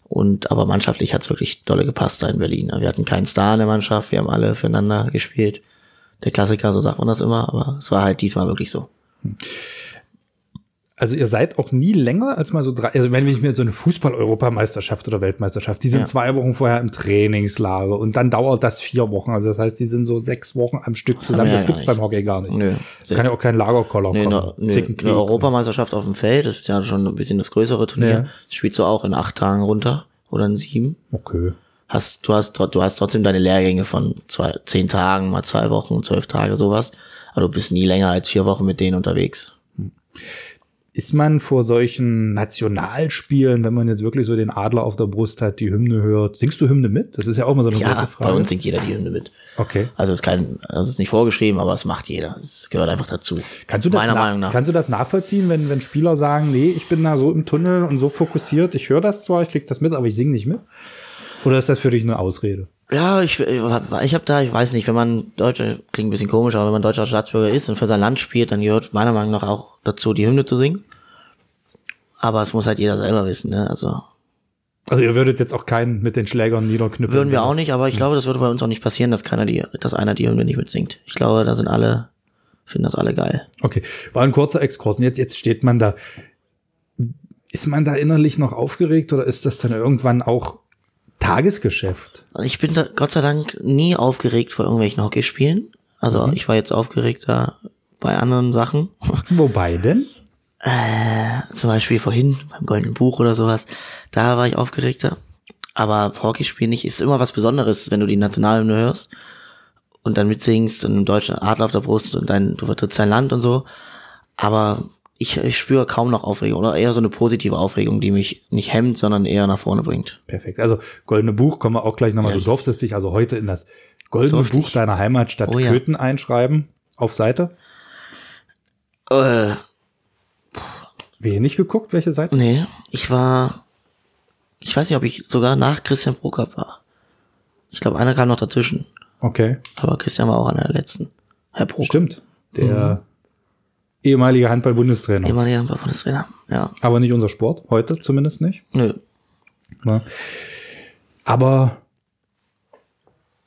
Speaker 5: Und aber mannschaftlich hat's wirklich dolle gepasst da in Berlin. Wir hatten keinen Star in der Mannschaft, wir haben alle füreinander gespielt. Der Klassiker, so sagt man das immer, aber es war halt diesmal wirklich so.
Speaker 4: Also ihr seid auch nie länger als mal so drei... Also wenn ich mir jetzt so eine Fußball-Europameisterschaft oder Weltmeisterschaft, die sind
Speaker 5: Ja.
Speaker 4: zwei Wochen vorher im Trainingslager und dann dauert das vier Wochen. Also das heißt, die sind so sechs Wochen am Stück zusammen.
Speaker 5: wir
Speaker 4: Das
Speaker 5: ja
Speaker 4: gibt's
Speaker 5: gar nicht.
Speaker 4: beim Hockey gar nicht.
Speaker 5: Nö.
Speaker 4: Da kann ja auch kein Lagerkoller
Speaker 5: Nee, eine,
Speaker 4: kommen.
Speaker 5: eine,
Speaker 4: Zickenkrieg.
Speaker 5: eine Europameisterschaft auf dem Feld, das ist ja schon ein bisschen das größere Turnier.
Speaker 4: Ja.
Speaker 5: Das spielst du auch in acht Tagen runter oder in sieben.
Speaker 4: Okay.
Speaker 5: hast, du hast, tro- du hast trotzdem deine Lehrgänge von zwei, zehn Tagen, mal zwei Wochen, zwölf Tage, sowas. Aber du bist nie länger als vier Wochen mit denen unterwegs.
Speaker 4: Ist man vor solchen Nationalspielen, wenn man jetzt wirklich so den Adler auf der Brust hat, die Hymne hört, singst du Hymne mit? Das ist ja auch mal so eine große
Speaker 5: Ja,
Speaker 4: Frage.
Speaker 5: bei uns singt jeder die Hymne mit.
Speaker 4: okay.
Speaker 5: Also es ist kein, also es ist nicht vorgeschrieben, aber es macht jeder. Es gehört einfach dazu.
Speaker 4: Kannst du, das
Speaker 5: Meiner
Speaker 4: na-
Speaker 5: Meinung nach.
Speaker 4: kannst du das nachvollziehen, wenn, wenn Spieler sagen, nee, ich bin da so im Tunnel und so fokussiert, ich höre das zwar, ich krieg das mit, aber ich singe nicht mit? Oder ist das für dich eine Ausrede?
Speaker 5: Ja, ich, äh, ich habe da, ich weiß nicht, wenn man Deutscher, klingt ein bisschen komisch, aber wenn man deutscher Staatsbürger ist und für sein Land spielt, dann gehört meiner Meinung nach auch dazu, die Hymne zu singen. Aber es muss halt jeder selber wissen, ne? Also
Speaker 4: Also ihr würdet jetzt auch keinen mit den Schlägern niederknüppeln.
Speaker 5: Würden wir
Speaker 4: wenn
Speaker 5: auch
Speaker 4: das- hm.
Speaker 5: nicht, aber ich glaube, das würde bei uns auch nicht passieren, dass keiner die, dass einer die Hymne nicht mitsingt. Ich glaube, da sind alle finden das alle geil.
Speaker 4: Okay, war ein kurzer Exkurs. Und jetzt, jetzt steht man da. Ist man da innerlich noch aufgeregt oder ist das dann irgendwann auch
Speaker 5: <laughs>
Speaker 4: Tagesgeschäft?
Speaker 5: Also ich bin da Gott sei Dank nie aufgeregt vor irgendwelchen Hockeyspielen. Also
Speaker 4: Mhm.
Speaker 5: ich war jetzt aufgeregter bei anderen Sachen.
Speaker 4: Wobei denn?
Speaker 5: Zum Beispiel vorhin beim Goldenen Buch oder sowas. Da war ich aufgeregter. Aber vor Hockeyspielen nicht. Ist immer was Besonderes, wenn du die Nationalhymne hörst und dann mitsingst und einen deutschen Adler auf der Brust und dein, du vertrittst dein Land und so. Aber ich, ich spüre kaum noch Aufregung oder eher so eine positive Aufregung, die mich nicht hemmt, sondern eher nach vorne bringt.
Speaker 4: Perfekt. Also Goldene Buch kommen wir auch gleich nochmal.
Speaker 5: Ja.
Speaker 4: Du durftest dich also heute in das Goldene
Speaker 5: Durfte
Speaker 4: Buch
Speaker 5: ich.
Speaker 4: deiner Heimatstadt
Speaker 5: Oh ja.
Speaker 4: Köthen einschreiben. Auf Seite.
Speaker 5: Äh,
Speaker 4: Wir hier nicht geguckt, welche Seite?
Speaker 5: nee, ich war, ich weiß nicht, ob ich sogar nach Christian Prokop war. Ich glaube, einer kam noch dazwischen.
Speaker 4: Okay.
Speaker 5: Aber Christian war auch einer der letzten. Herr Prokop.
Speaker 4: Stimmt. Der ehemalige Handball-Bundestrainer.
Speaker 5: Immer der Bundestrainer. Ja.
Speaker 4: Aber nicht unser Sport, heute zumindest nicht.
Speaker 5: Nö.
Speaker 4: Ja. Aber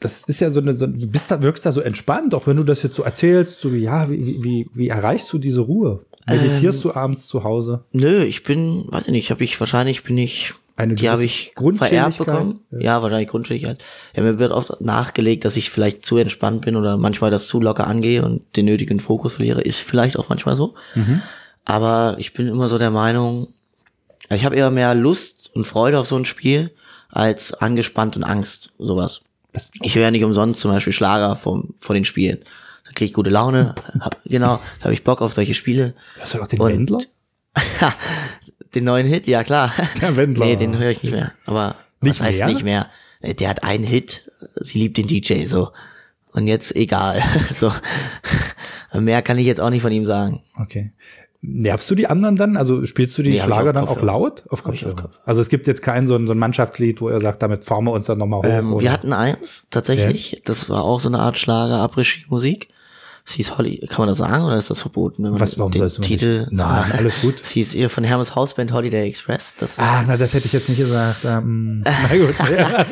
Speaker 4: das ist ja so eine, so, du bist da, wirkst da so entspannt, auch wenn du das jetzt so erzählst, so wie, ja, wie, wie- wie, wie erreichst du diese Ruhe? Meditierst du abends zu Hause?
Speaker 5: Nö, ich bin, weiß ich nicht, habe ich wahrscheinlich bin ich
Speaker 4: Eine
Speaker 5: die habe
Speaker 4: gewisse
Speaker 5: ich vererbt
Speaker 4: Grundschuldigkeit,
Speaker 5: bekommen.
Speaker 4: ja.
Speaker 5: Ja, wahrscheinlich Grundschuldigkeit. Ja, mir wird oft nachgelegt, dass ich vielleicht zu entspannt bin oder manchmal das zu locker angehe und den nötigen Fokus verliere. Ist vielleicht auch manchmal so.
Speaker 4: Mhm.
Speaker 5: Aber ich bin immer so der Meinung, ich habe eher mehr Lust und Freude auf so ein Spiel als angespannt und Angst, sowas.
Speaker 4: Das-
Speaker 5: Ich höre ja nicht umsonst zum Beispiel Schlager vom, vor den Spielen. Da kriege ich gute Laune, hab, genau, da habe ich Bock auf solche Spiele.
Speaker 4: Hast du auch den
Speaker 5: Und-
Speaker 4: Wendler?
Speaker 5: Den neuen Hit, ja klar.
Speaker 4: Der Wendler.
Speaker 5: Nee, den höre ich nicht mehr. Aber
Speaker 4: Nicht
Speaker 5: was heißt
Speaker 4: mehr?
Speaker 5: nicht mehr? Äh, Der hat einen Hit, sie liebt den DJ, so. Und jetzt egal. <laughs> So. Mehr kann ich jetzt auch nicht von ihm sagen.
Speaker 4: Okay. Nervst du die anderen dann? Also spielst du die
Speaker 5: Nee, hab ich
Speaker 4: Schlager
Speaker 5: auf
Speaker 4: dann auch
Speaker 5: Kopfhörer.
Speaker 4: laut? Auf
Speaker 5: Hab ich auf
Speaker 4: Kopfhörer. Also es gibt jetzt kein so ein, so ein Mannschaftslied, wo ihr sagt, damit fahren wir uns dann nochmal hoch.
Speaker 5: Ähm,
Speaker 4: oder?
Speaker 5: wir hatten eins, tatsächlich. Das war auch so eine Art Schlager, Abrischi-Musik. Es hieß Holly, kann man das sagen oder ist das verboten? wenn man
Speaker 4: Was, warum
Speaker 5: den
Speaker 4: sollst du man
Speaker 5: Titel?
Speaker 4: nicht?
Speaker 5: <laughs>
Speaker 4: Nein, alles gut.
Speaker 5: Es hieß ihr von Hermes Hausband Holiday Express. Das ist
Speaker 4: ah, na, das hätte ich jetzt nicht gesagt. Ähm, <laughs> na gut. Ja.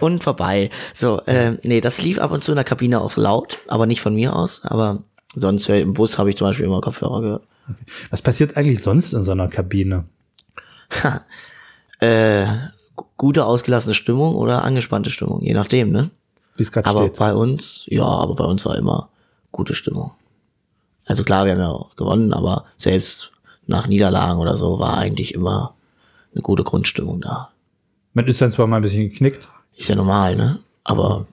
Speaker 5: und vorbei. So, ähm, nee, das lief ab und zu in der Kabine auch laut, aber nicht von mir aus. Aber sonst hör, im Bus habe ich zum Beispiel immer Kopfhörer gehört.
Speaker 4: Was passiert eigentlich sonst in so einer Kabine?
Speaker 5: G- Gute ausgelassene Stimmung oder angespannte Stimmung, je nachdem, ne?
Speaker 4: Wie es gerade
Speaker 5: Aber
Speaker 4: steht.
Speaker 5: bei uns, ja, aber bei uns war immer gute Stimmung. Also klar, wir haben ja auch gewonnen, aber selbst nach Niederlagen oder so war eigentlich immer eine gute Grundstimmung da.
Speaker 4: Man ist dann zwar mal ein bisschen geknickt.
Speaker 5: Ist ja normal, ne? Aber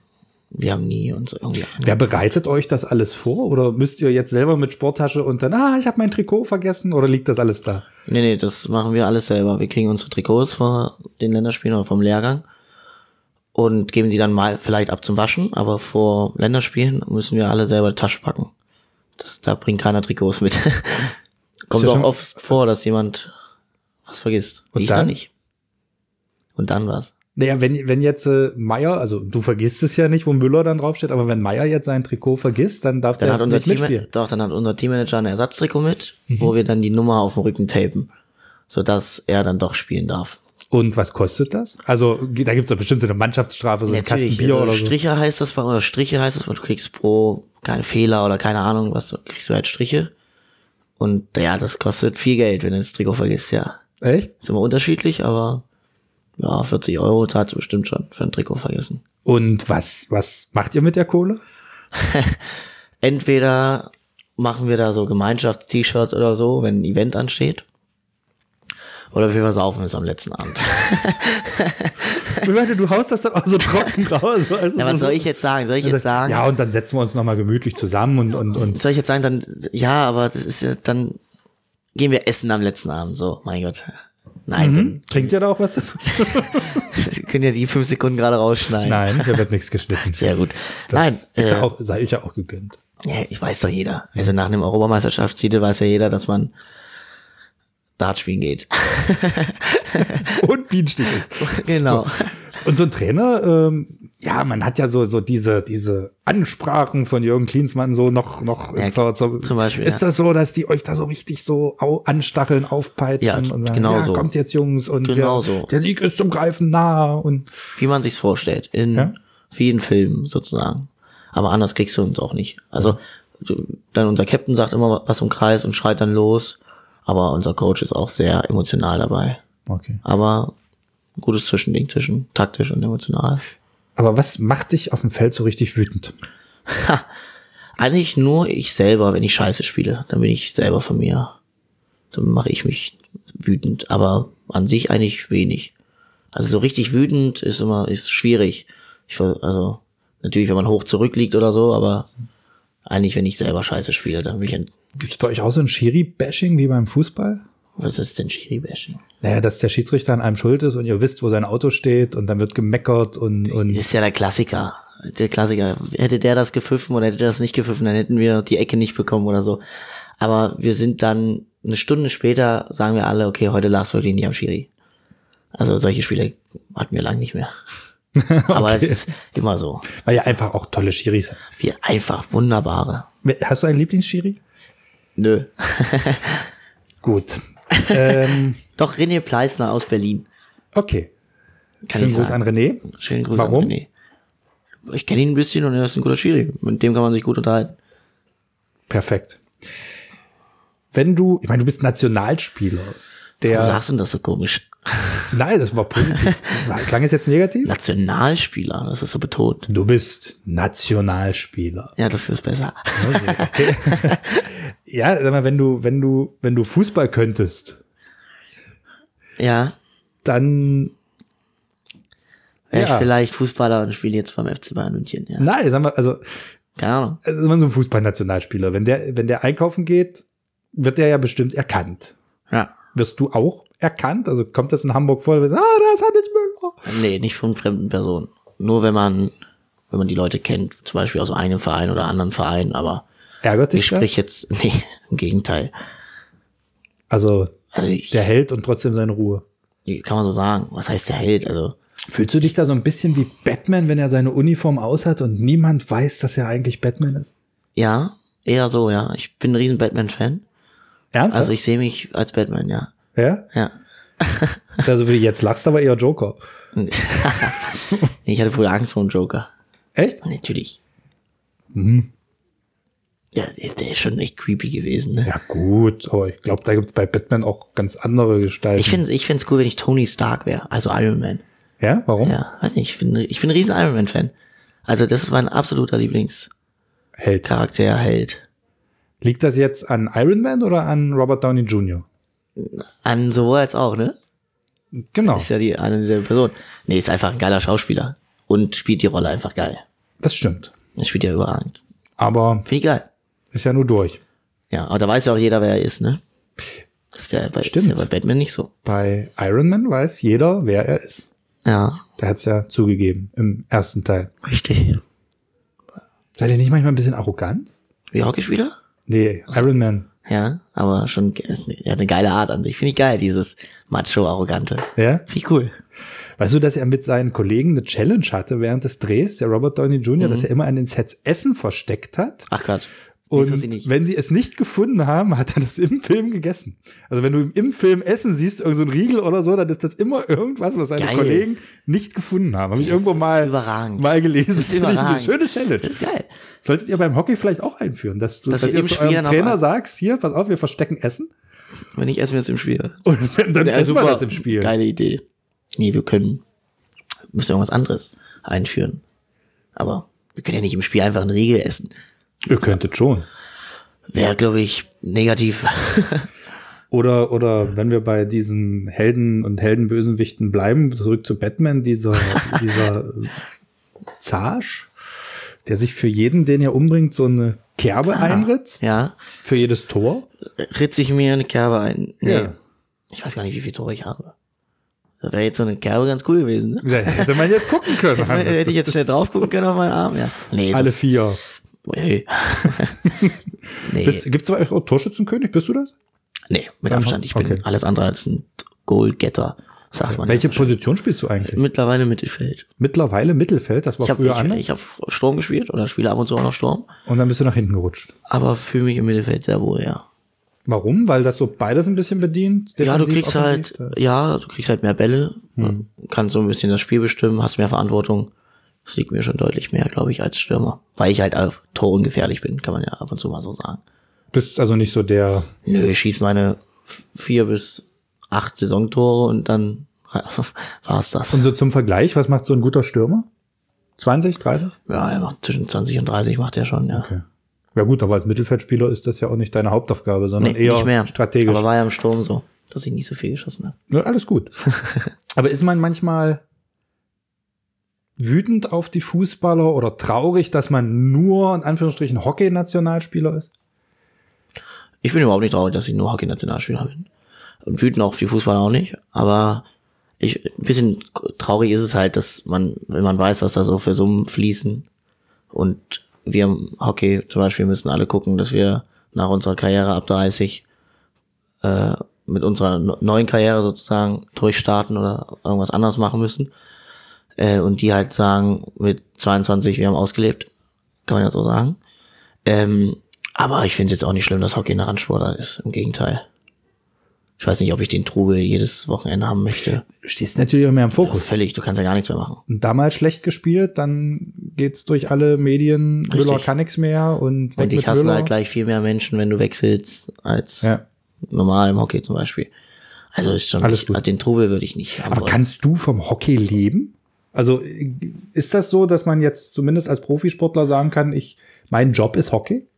Speaker 5: wir haben nie uns irgendwie ange-
Speaker 4: Wer bereitet euch das alles vor? Oder müsst ihr jetzt selber mit Sporttasche und dann, ah, ich habe mein Trikot vergessen? Oder liegt das alles da?
Speaker 5: Nee, nee, das machen wir alles selber. Wir kriegen unsere Trikots vor den Länderspielen oder vom Lehrgang und geben sie dann mal vielleicht ab zum Waschen, aber vor Länderspielen müssen wir alle selber die Tasche packen. Das, da bringt keiner Trikots mit. <laughs> Kommt
Speaker 4: ja
Speaker 5: auch
Speaker 4: schon-
Speaker 5: oft vor, dass jemand was vergisst.
Speaker 4: Und
Speaker 5: ich noch
Speaker 4: dann?
Speaker 5: nicht. Und dann was?
Speaker 4: Naja, wenn, wenn jetzt äh, Meier, also du vergisst es ja nicht, wo Müller dann draufsteht, aber wenn Meier jetzt sein Trikot vergisst, dann darf
Speaker 5: Dann
Speaker 4: der
Speaker 5: hat unser
Speaker 4: nicht
Speaker 5: Team,
Speaker 4: mitspielen. Mhm.
Speaker 5: doch, dann hat unser Teammanager ein Ersatztrikot mit, wo wir dann die Nummer auf dem Rücken tapen, sodass er dann doch spielen darf.
Speaker 4: Und was kostet das? Also ge- da gibt's doch bestimmt so eine Mannschaftsstrafe, so ein Kasten
Speaker 5: Natürlich,
Speaker 4: Bier
Speaker 5: also
Speaker 4: oder so.
Speaker 5: Striche heißt das bei oder Striche heißt das, weil du kriegst pro keine Fehler oder keine Ahnung, was du kriegst du halt Striche. Und ja, das kostet viel Geld, wenn du das Trikot vergisst, ja.
Speaker 4: Echt?
Speaker 5: Ist immer unterschiedlich, aber ja, 40 Euro zahlst du bestimmt schon für ein Trikot vergessen.
Speaker 4: Und was, was macht ihr mit der Kohle?
Speaker 5: Entweder machen wir da so Gemeinschafts-T-Shirts oder so, wenn ein Event ansteht. Oder wir versaufen es am letzten Abend. <laughs>
Speaker 4: Ich meine, du haust das dann auch so
Speaker 5: <laughs>
Speaker 4: trocken raus. Also,
Speaker 5: Ja, was soll ich jetzt sagen? Soll ich jetzt sagen?
Speaker 4: Ja, und dann setzen wir uns nochmal gemütlich zusammen und, und, und
Speaker 5: soll ich jetzt sagen, dann, ja, aber das ist ja, dann gehen wir essen am letzten Abend, so, mein Gott. Nein,
Speaker 4: trinkt ihr da auch was dazu?
Speaker 5: dann <laughs> wir können ja die fünf Sekunden gerade rausschneiden.
Speaker 4: Nein, hier wird nichts geschnitten.
Speaker 5: Sehr gut. Nein,
Speaker 4: Das ist
Speaker 5: äh,
Speaker 4: auch, sei euch ja auch gegönnt.
Speaker 5: ja, ich weiß doch jeder. Also nach einem Europameisterschaftstitel weiß ja jeder, dass man Dart spielen geht. <laughs>
Speaker 4: Und Bienenstich ist.
Speaker 5: genau.
Speaker 4: Und so ein Trainer, ähm, ja, man hat ja so, so diese, diese Ansprachen von Jürgen Klinsmann so noch, noch
Speaker 5: Ja,
Speaker 4: so, so,
Speaker 5: zum Beispiel,
Speaker 4: Ist
Speaker 5: ja.
Speaker 4: das so, dass die euch da so richtig so au anstacheln, aufpeitschen
Speaker 5: Ja,
Speaker 4: und sagen,
Speaker 5: genau
Speaker 4: ja,
Speaker 5: so.
Speaker 4: kommt jetzt Jungs und
Speaker 5: Genau
Speaker 4: wir,
Speaker 5: so.
Speaker 4: der Sieg ist zum Greifen nah und
Speaker 5: Wie man sich's vorstellt. In
Speaker 4: Ja.
Speaker 5: vielen Filmen sozusagen. Aber anders kriegst du uns auch nicht. Also dann unser Captain sagt immer was im Kreis und schreit dann los. Aber unser Coach ist auch sehr emotional dabei.
Speaker 2: Okay.
Speaker 5: Aber ein gutes Zwischending zwischen taktisch und emotional.
Speaker 4: Aber was macht dich auf dem Feld so richtig wütend?
Speaker 5: Eigentlich nur ich selber, wenn ich scheiße spiele, dann bin ich selber von mir. Dann mache ich mich wütend, aber an sich eigentlich wenig. Also so richtig wütend ist immer ist schwierig. Ich ver- also natürlich, wenn man hoch zurückliegt oder so, aber eigentlich wenn ich selber scheiße spiele, dann bin ich ein
Speaker 4: Gibt es bei euch auch so ein Schiri-Bashing wie beim Fußball?
Speaker 5: was ist denn Schiri-Bashing?
Speaker 4: Naja, dass der Schiedsrichter an einem schuld ist und ihr wisst, wo sein Auto steht und dann wird gemeckert und,
Speaker 5: Das
Speaker 4: und
Speaker 5: ist ja der Klassiker. Der Klassiker. Hätte der das gepfiffen oder hätte der das nicht gepfiffen, dann hätten wir die Ecke nicht bekommen oder so. Aber wir sind dann eine Stunde später, sagen wir alle, okay, heute lag es wirklich nicht am Schiri. Also solche Spiele hatten wir lang
Speaker 4: <laughs>
Speaker 5: nicht mehr. Aber es ist immer so.
Speaker 4: weil ihr einfach auch tolle Schiris seid.
Speaker 5: Wir einfach wunderbare.
Speaker 4: Wer- Hast du einen Lieblingsschiri?
Speaker 5: Nö.
Speaker 4: Gut. <laughs> ähm,
Speaker 5: Doch René Pleisner aus Berlin.
Speaker 4: okay.
Speaker 5: Kann
Speaker 4: Schönen
Speaker 5: ich
Speaker 4: Gruß
Speaker 5: sagen.
Speaker 4: an René.
Speaker 5: Schönen Gruß
Speaker 4: Warum?
Speaker 5: an René. Ich kenne ihn ein bisschen und er ist ein guter Schiri. Mit dem kann man sich gut unterhalten.
Speaker 4: Perfekt. Wenn du, ich meine, du bist Nationalspieler.
Speaker 5: Warum
Speaker 4: Der,
Speaker 5: sagst du denn das so komisch?
Speaker 4: nein, das war positiv.
Speaker 5: <laughs>
Speaker 4: Klang es jetzt negativ?
Speaker 5: Nationalspieler, das ist so betont.
Speaker 4: Du bist Nationalspieler.
Speaker 5: Ja, das ist besser. <laughs>
Speaker 4: Ja, sag mal, wenn du, wenn du, wenn du Fußball könntest,
Speaker 5: Ja,
Speaker 4: dann,
Speaker 5: wäre
Speaker 4: Ja.
Speaker 5: ich vielleicht Fußballer und spiele jetzt beim FC Bayern München. Ja.
Speaker 4: nein, sag mal, also,
Speaker 5: Keine Ahnung.
Speaker 4: es ist immer so ein Fußballnationalspieler. Wenn der, wenn der einkaufen geht, wird der ja bestimmt erkannt.
Speaker 5: Ja.
Speaker 4: Wirst du auch erkannt? Also kommt das in Hamburg vor? Ah, da ist Hannes Müller.
Speaker 5: Nee, nicht von fremden Personen. Nur wenn man, wenn man die Leute kennt, zum Beispiel aus einem Verein oder anderen Verein, aber
Speaker 4: Ärgert
Speaker 5: ich
Speaker 4: dich das?
Speaker 5: sprich jetzt, <laughs> nee, im Gegenteil.
Speaker 4: Also
Speaker 5: Also ich,
Speaker 4: der hält und trotzdem seine Ruhe.
Speaker 5: nee, kann man so sagen. Was heißt der Held? Also,
Speaker 4: Fühlst du dich da so ein bisschen wie Batman, wenn er seine Uniform aushat und niemand weiß, dass er eigentlich Batman ist?
Speaker 5: ja, eher so, ja. Ich bin ein riesen Batman-Fan.
Speaker 4: Ernsthaft?
Speaker 5: Also ich sehe mich als Batman, ja.
Speaker 4: ja?
Speaker 5: Ja.
Speaker 4: Also wie du jetzt lachst, aber eher Joker.
Speaker 5: Ich hatte früher Angst vor dem Joker.
Speaker 4: Echt?
Speaker 5: Natürlich.
Speaker 4: Mhm.
Speaker 5: Ja, ist- der ist schon echt creepy gewesen, ne?
Speaker 4: Ja gut, aber ich glaube, da gibt's bei Batman auch ganz andere Gestalten.
Speaker 5: Ich finde ich find's cool, wenn ich Tony Stark wäre, also Iron Man.
Speaker 4: ja, warum?
Speaker 5: Ja, weiß nicht, ich bin, ich bin ein riesen Iron Man-Fan. Also das ist mein absoluter Lieblingscharakter,
Speaker 4: Held.
Speaker 5: Held.
Speaker 4: Liegt das jetzt an Iron Man oder an Robert Downey Jr.?
Speaker 5: An sowohl als auch, ne?
Speaker 4: Genau,
Speaker 5: Ist ja die eine und dieselbe Person. Nee, ist einfach ein geiler Schauspieler. Und spielt die Rolle einfach geil.
Speaker 4: das stimmt.
Speaker 5: Er spielt ja überragend.
Speaker 4: Aber
Speaker 5: Finde ich geil.
Speaker 4: ist ja nur durch.
Speaker 5: Ja, aber da weiß ja auch jeder, wer er ist, ne? Das wäre bei, ist
Speaker 4: Stimmt.
Speaker 5: ja bei Batman nicht so.
Speaker 4: Bei Iron Man weiß jeder, wer er ist.
Speaker 5: Ja,
Speaker 4: Der hat's ja zugegeben im ersten Teil.
Speaker 5: richtig.
Speaker 4: Seid ihr nicht manchmal ein bisschen arrogant?
Speaker 5: Wie Hockeyspieler?
Speaker 4: Nee, Iron Man.
Speaker 5: Ja, aber schon, er hat eine geile Art an sich. Finde ich geil, dieses Macho-Arrogante.
Speaker 4: Ja?
Speaker 5: Finde ich cool.
Speaker 4: Weißt du, dass er mit seinen Kollegen eine Challenge hatte während des Drehs, der Robert Downey Jr., dass er immer an den Sets Essen versteckt hat?
Speaker 5: Ach Quatsch.
Speaker 4: Und
Speaker 5: wusste ich nicht.
Speaker 4: wenn sie es nicht gefunden haben, hat er das im Film gegessen. Also wenn du im- im Film Essen siehst, irgend so ein Riegel oder so, dann ist das immer irgendwas, was seine
Speaker 5: Geil.
Speaker 4: Kollegen nicht gefunden haben. Habe ich
Speaker 5: ist
Speaker 4: irgendwo mal,
Speaker 5: überragend.
Speaker 4: mal gelesen.
Speaker 5: Das ist
Speaker 4: <laughs> Finde ich
Speaker 5: überragend.
Speaker 4: Eine schöne Challenge.
Speaker 5: Das ist geil.
Speaker 4: Solltet ihr beim Hockey vielleicht auch einführen, dass du
Speaker 5: Dass
Speaker 4: dass
Speaker 5: wir
Speaker 4: ihr
Speaker 5: im
Speaker 4: zu
Speaker 5: Spiel
Speaker 4: eurem
Speaker 5: dann auch
Speaker 4: Trainer
Speaker 5: ein-
Speaker 4: sagst, hier, pass auf, wir verstecken Essen. <laughs>
Speaker 5: Wenn ich essen wir jetzt im Spiel.
Speaker 4: Und wenn, dann essen wir das im Spiel.
Speaker 5: Geile Idee. Nee, wir können, müssen irgendwas anderes einführen. Aber wir können ja nicht im Spiel einfach einen Riegel essen.
Speaker 4: Ihr könntet schon.
Speaker 5: Wäre, glaube ich,
Speaker 4: <laughs>
Speaker 5: negativ.
Speaker 4: Oder, oder wenn wir bei diesen Helden und Heldenbösenwichten bleiben, zurück zu Batman,
Speaker 5: <laughs>
Speaker 4: dieser, dieser äh, Zarsch, der sich für jeden, den er umbringt, so eine Kerbe einritzt.
Speaker 5: ja.
Speaker 4: Für jedes Tor.
Speaker 5: Ritze ich mir eine Kerbe ein. Nee.
Speaker 4: Ja.
Speaker 5: Ich weiß gar nicht, wie viele Tore ich habe. Da wäre jetzt so eine Kerbe ganz cool gewesen,
Speaker 4: <laughs>
Speaker 5: ne?
Speaker 4: Ja, Hätte man jetzt gucken können. Hannes.
Speaker 5: <laughs> Hätte ich
Speaker 4: Das
Speaker 5: jetzt
Speaker 4: ist
Speaker 5: schnell drauf gucken können auf meinen Arm, ja. Nee,
Speaker 4: Alle
Speaker 5: das,
Speaker 4: vier.
Speaker 5: Ui.
Speaker 4: <laughs>
Speaker 5: nee,
Speaker 4: Bist- Gibt's bei euch auch Torschützenkönig? Bist du das?
Speaker 5: nee, mit Abstand. Ich bin
Speaker 4: Okay.
Speaker 5: alles andere als ein Goalgetter, sagt man.
Speaker 4: Welche
Speaker 5: ja.
Speaker 4: Position spielst du eigentlich?
Speaker 5: Mittlerweile Mittelfeld.
Speaker 4: Mittlerweile Mittelfeld, das war
Speaker 5: Hm. Ich habe
Speaker 4: früher anders.
Speaker 5: ich, ich hab Sturm gespielt oder spiele ab und zu auch noch Sturm,
Speaker 4: Und dann bist du nach hinten gerutscht.
Speaker 5: aber fühle mich im Mittelfeld sehr wohl, ja.
Speaker 4: Warum? Weil das so beides ein bisschen bedient?
Speaker 5: Ja, du
Speaker 4: defensiv,
Speaker 5: kriegst halt,
Speaker 4: offensiv? äh, Hm.
Speaker 5: ja, du kriegst halt mehr Bälle, kannst so ein bisschen das Spiel bestimmen, hast mehr Verantwortung, Das liegt mir schon deutlich mehr, glaube ich, als Stürmer. Weil ich halt auf Tor ungefährlich bin, kann man ja ab und zu mal so sagen.
Speaker 4: Bist also nicht so der.
Speaker 5: Nö, ich schieß meine f- vier bis acht Saisontore und dann <laughs> war's das.
Speaker 4: Und so zum Vergleich, was macht so ein guter Stürmer? 20, 30?
Speaker 5: Ja, er macht zwischen 20 und 30 macht er schon, ja.
Speaker 4: Okay. Ja gut, aber als Mittelfeldspieler ist das ja auch nicht deine Hauptaufgabe, sondern
Speaker 5: Nee,
Speaker 4: eher
Speaker 5: nicht mehr.
Speaker 4: strategisch.
Speaker 5: Aber war ja im Sturm so, dass ich nicht so viel geschossen habe.
Speaker 4: Ja, alles
Speaker 5: <laughs>
Speaker 4: gut. Aber ist man manchmal wütend auf die Fußballer oder traurig, dass man nur in Anführungsstrichen Hockey-Nationalspieler ist?
Speaker 5: Ich bin überhaupt nicht traurig, dass ich nur Hockey-Nationalspieler bin. Und wütend auf die Fußballer auch nicht. Aber ich, ein bisschen traurig ist es halt, dass man, wenn man weiß, was da so für Summen fließen. Und wir im Hockey zum Beispiel müssen alle gucken, dass wir nach unserer Karriere ab 30 äh, mit unserer no- neuen Karriere sozusagen durchstarten oder irgendwas anderes machen müssen. Äh, und die halt sagen, mit 22, wir haben ausgelebt. Kann man ja so sagen. Ähm, aber ich finde es jetzt auch nicht schlimm, dass Hockey eine Randsportart ist. Im Gegenteil. Ich weiß nicht, ob ich den Trubel jedes Wochenende haben möchte. Oh,
Speaker 4: Stehst natürlich auch mehr im Fokus.
Speaker 5: Völlig, du kannst ja gar nichts mehr machen.
Speaker 4: Und damals schlecht gespielt, dann geht's durch alle Medien, Müller kann nichts mehr und weg
Speaker 5: Und dich
Speaker 4: mit
Speaker 5: hassen
Speaker 4: Müller.
Speaker 5: halt gleich viel mehr Menschen, wenn du wechselst, als
Speaker 4: Ja.
Speaker 5: normal im Hockey zum Beispiel. Also ist schon,
Speaker 4: Alles
Speaker 5: ich,
Speaker 4: gut.
Speaker 5: den Trubel würde ich nicht haben
Speaker 4: Aber
Speaker 5: wollen.
Speaker 4: kannst du vom Hockey leben? Also äh, ist das so, dass man jetzt zumindest als Profisportler sagen kann, ich mein Job ist Hockey?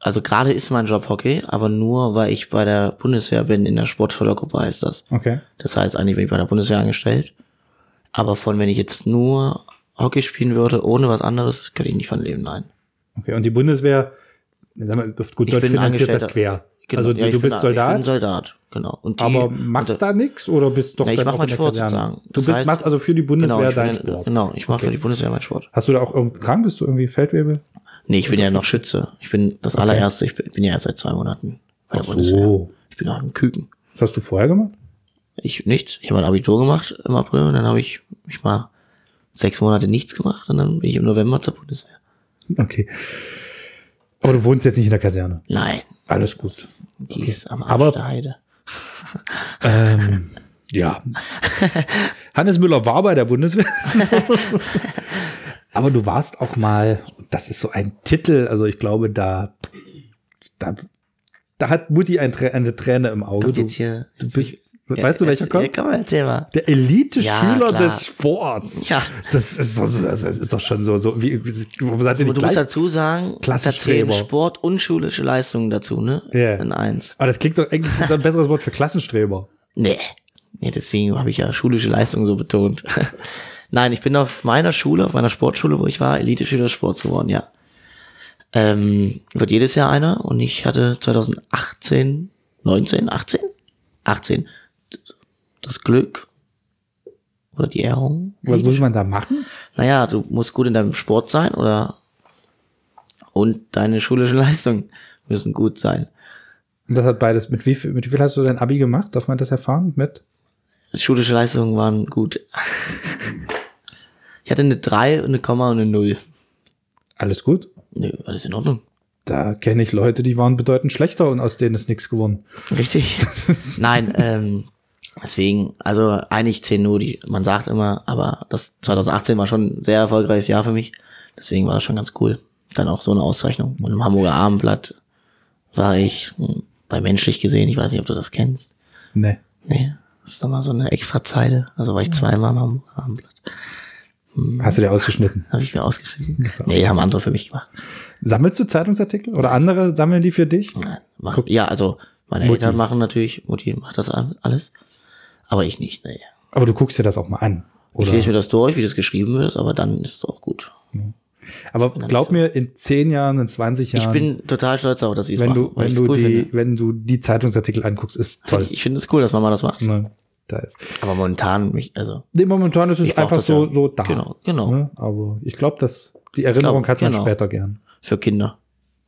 Speaker 5: also gerade ist mein Job Hockey, aber nur, weil ich bei der Bundeswehr bin, in der Sportfördergruppe heißt das.
Speaker 4: Okay.
Speaker 5: Das heißt, eigentlich bin ich bei der Bundeswehr angestellt. Aber von, wenn ich jetzt nur Hockey spielen würde, ohne was anderes, könnte ich nicht von leben, nein.
Speaker 4: Okay, und die Bundeswehr, sagen wir, auf gut
Speaker 5: Ich
Speaker 4: Deutsch
Speaker 5: bin
Speaker 4: finanziert das
Speaker 5: Angestellter.
Speaker 4: quer.
Speaker 5: Genau.
Speaker 4: Also die,
Speaker 5: Ja, ich
Speaker 4: du
Speaker 5: bin
Speaker 4: bist
Speaker 5: da- Ich bin
Speaker 4: Soldat,
Speaker 5: Soldat, genau. Und die,
Speaker 4: aber
Speaker 5: und,
Speaker 4: machst da nichts oder bist doch
Speaker 5: Ja, ich
Speaker 4: dann
Speaker 5: mach
Speaker 4: auch
Speaker 5: meinen
Speaker 4: in der
Speaker 5: Sport
Speaker 4: Kaserne?
Speaker 5: sozusagen.
Speaker 4: Du
Speaker 5: Das
Speaker 4: bist,
Speaker 5: heißt- genau,
Speaker 4: machst also für die Bundeswehr
Speaker 5: ich bin
Speaker 4: deinen
Speaker 5: ja-
Speaker 4: Sport.
Speaker 5: Genau, ich mache für die Bundeswehr meinen Sport.
Speaker 4: Hast du da auch irgendwie krank? Bist du irgendwie Feldwebel?
Speaker 5: Nee, ich bin ja noch Schütze. Ich bin das allererste, ich bin bin ja erst seit zwei Monaten bei der Bundeswehr. Ich bin auch ein Küken.
Speaker 4: Das hast du vorher gemacht?
Speaker 5: Ich nichts. Ich habe ein Abitur gemacht im April und dann habe ich mich mal sechs Monate nichts gemacht und dann bin ich im November zur Bundeswehr.
Speaker 4: Okay. Aber du wohnst jetzt nicht in der Kaserne.
Speaker 5: Nein,
Speaker 4: Alles gut.
Speaker 5: die ist am Arsch
Speaker 4: Aber-
Speaker 5: der Heide.
Speaker 4: Ähm, ja. Hannes Müller war bei der Bundeswehr. <laughs> Aber du warst auch mal, das ist so ein Titel, also ich glaube, da, da, da hat Mutti ein Trä eine Träne im Auge.
Speaker 5: Kommt
Speaker 4: Du,
Speaker 5: jetzt hier.
Speaker 4: du bist, weißt du, welcher
Speaker 5: Ja,
Speaker 4: kommt?
Speaker 5: Komm mal, erzähl mal.
Speaker 4: Der Elite-Schüler
Speaker 5: Ja, klar.
Speaker 4: des Sports.
Speaker 5: Ja.
Speaker 4: Das ist, so, das ist doch schon so, so wie, warum seid ihr
Speaker 5: Und
Speaker 4: nicht
Speaker 5: du musst
Speaker 4: gleich?
Speaker 5: halt dazu sagen, da zählen
Speaker 4: Klassenstreber.
Speaker 5: Sport und schulische Leistungen dazu, ne?
Speaker 4: Ja.
Speaker 5: In eins.
Speaker 4: Aber das klingt doch eigentlich das ist ein besseres Wort für Klassenstreber.
Speaker 5: Nee. Nee, deswegen habe ich ja schulische Leistung so betont. <laughs> Nein, ich bin auf meiner Schule, auf meiner Sportschule, wo ich war, Elite-Schüler des Sports geworden, ja. Ähm, wird jedes Jahr einer und ich hatte 2018, 19, 18? 18. Das Glück oder die Ehrung.
Speaker 4: Was muss man da machen?
Speaker 5: Naja, du musst gut in deinem Sport sein oder und deine <laughs> schulischen Leistungen müssen gut sein.
Speaker 4: Und Das hat beides. Mit wie, viel, mit wie viel hast du dein Abi gemacht? Darf man das erfahren? Mit?
Speaker 5: Schulische Leistungen waren gut. <laughs> Ich hatte eine 3 und eine Komma und eine 0.
Speaker 4: Alles gut.
Speaker 5: Nö, alles in Ordnung.
Speaker 4: Da kenne ich Leute, die waren bedeutend schlechter und aus denen ist nichts geworden.
Speaker 5: Richtig. Nein, ähm, deswegen, also eigentlich 10 nur, die, man sagt immer, aber das 2018 war schon ein sehr erfolgreiches Jahr für mich. Deswegen war das schon ganz cool. Dann auch so eine Auszeichnung. Und im Hamburger Abendblatt war ich hm, bei menschlich gesehen, ich weiß nicht, ob du das kennst.
Speaker 4: Nee.
Speaker 5: Nee, das ist doch mal so eine extra Zeile. Also war ich zweimal im Hamburger Abendblatt.
Speaker 4: Hast du dir ausgeschnitten.
Speaker 5: Habe ich mir ausgeschrieben. Nee, haben andere für mich gemacht.
Speaker 4: Sammelst du Zeitungsartikel? Oder andere sammeln die für dich?
Speaker 5: Nein, mach, ja, also meine
Speaker 4: Mutti.
Speaker 5: Eltern machen natürlich, Mutti macht das al- alles, aber ich nicht. Nee.
Speaker 4: Aber du guckst dir das auch mal an.
Speaker 5: Ich
Speaker 4: Oder?
Speaker 5: lese mir das durch, wie das geschrieben wird, aber dann ist es auch gut.
Speaker 4: Aber glaub mir, in 10 Jahren, in 20 Jahren,
Speaker 5: Ich bin total stolz darauf, dass sie es
Speaker 4: wenn, du,
Speaker 5: machen, weil
Speaker 4: wenn,
Speaker 5: ich
Speaker 4: du
Speaker 5: es cool
Speaker 4: die,
Speaker 5: finde.
Speaker 4: wenn du die Zeitungsartikel anguckst, ist toll.
Speaker 5: Ich, ich finde es cool, dass Mama das macht.
Speaker 4: Ne? Da ist.
Speaker 5: Aber momentan, mich, also
Speaker 4: Nee, momentan ist es
Speaker 5: Ich brauch
Speaker 4: einfach
Speaker 5: das
Speaker 4: so,
Speaker 5: ja.
Speaker 4: so da.
Speaker 5: Genau, genau.
Speaker 4: Ne? Aber ich glaube, dass die Erinnerung
Speaker 5: Glaub,
Speaker 4: hat man
Speaker 5: genau.
Speaker 4: später gern.
Speaker 5: für Kinder.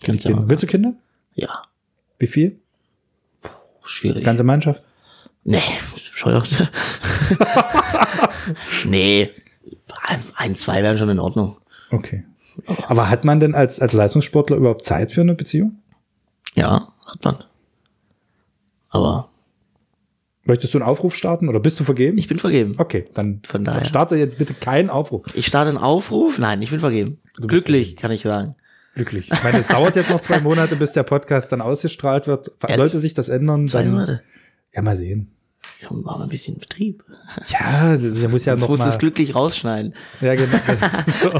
Speaker 4: Für die
Speaker 5: Kannst du ja
Speaker 4: Kinder.
Speaker 5: mal-
Speaker 4: Willst du Kinder?
Speaker 5: Ja,
Speaker 4: Wie viel?
Speaker 5: schwierig.
Speaker 4: Ganze Mannschaft?
Speaker 5: nee, bescheuert. <laughs> nee, ein, zwei wären schon in Ordnung.
Speaker 4: Okay. Aber hat man denn als, als Leistungssportler überhaupt Zeit für eine Beziehung?
Speaker 5: Ja, hat man. Aber
Speaker 4: Möchtest du einen Aufruf starten oder bist du vergeben?
Speaker 5: Ich bin vergeben.
Speaker 4: okay, dann,
Speaker 5: Von
Speaker 4: dann
Speaker 5: daher.
Speaker 4: starte jetzt bitte keinen Aufruf.
Speaker 5: Ich starte einen Aufruf. Nein, ich bin vergeben.
Speaker 4: bist
Speaker 5: Glücklich, kann ich sagen.
Speaker 4: Glücklich. Ich meine, es dauert jetzt noch zwei Monate, bis der Podcast dann ausgestrahlt wird. Sollte sich das ändern?
Speaker 5: Zwei
Speaker 4: dann-
Speaker 5: Monate.
Speaker 4: Ja, mal sehen.
Speaker 5: Ja, machen wir ein bisschen Betrieb.
Speaker 4: Ja, das- der muss ja
Speaker 5: Sonst
Speaker 4: noch
Speaker 5: musst du
Speaker 4: mal.
Speaker 5: es glücklich rausschneiden.
Speaker 4: Ja, genau. Das ist so.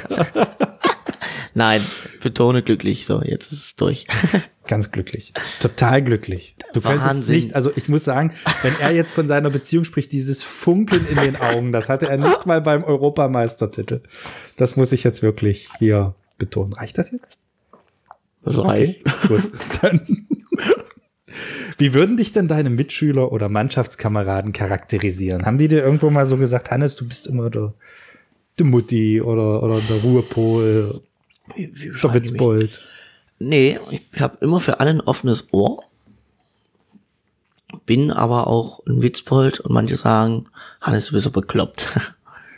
Speaker 5: Nein, betone glücklich. So, jetzt ist es durch.
Speaker 4: Ganz glücklich. Total glücklich. Du könntest
Speaker 5: Wahnsinn.
Speaker 4: nicht, also ich muss sagen, wenn er jetzt von seiner Beziehung spricht, dieses Funkeln in den Augen, das hatte er nicht mal beim Europameistertitel. Das muss ich jetzt wirklich hier betonen. Reicht das jetzt?
Speaker 5: Das reicht.
Speaker 4: gut. Dann. Wie würden dich denn deine Mitschüler oder Mannschaftskameraden charakterisieren? Haben die dir irgendwo mal so gesagt, Hannes, du bist immer der, der Mutti oder, oder der Ruhepol,
Speaker 5: Wie- wie
Speaker 4: der
Speaker 5: beschreiben die mich?
Speaker 4: Witzbold?
Speaker 5: Nee, ich habe immer für alle ein offenes Ohr. Bin aber auch ein Witzbold und manche sagen, Hannes, du bist so bekloppt.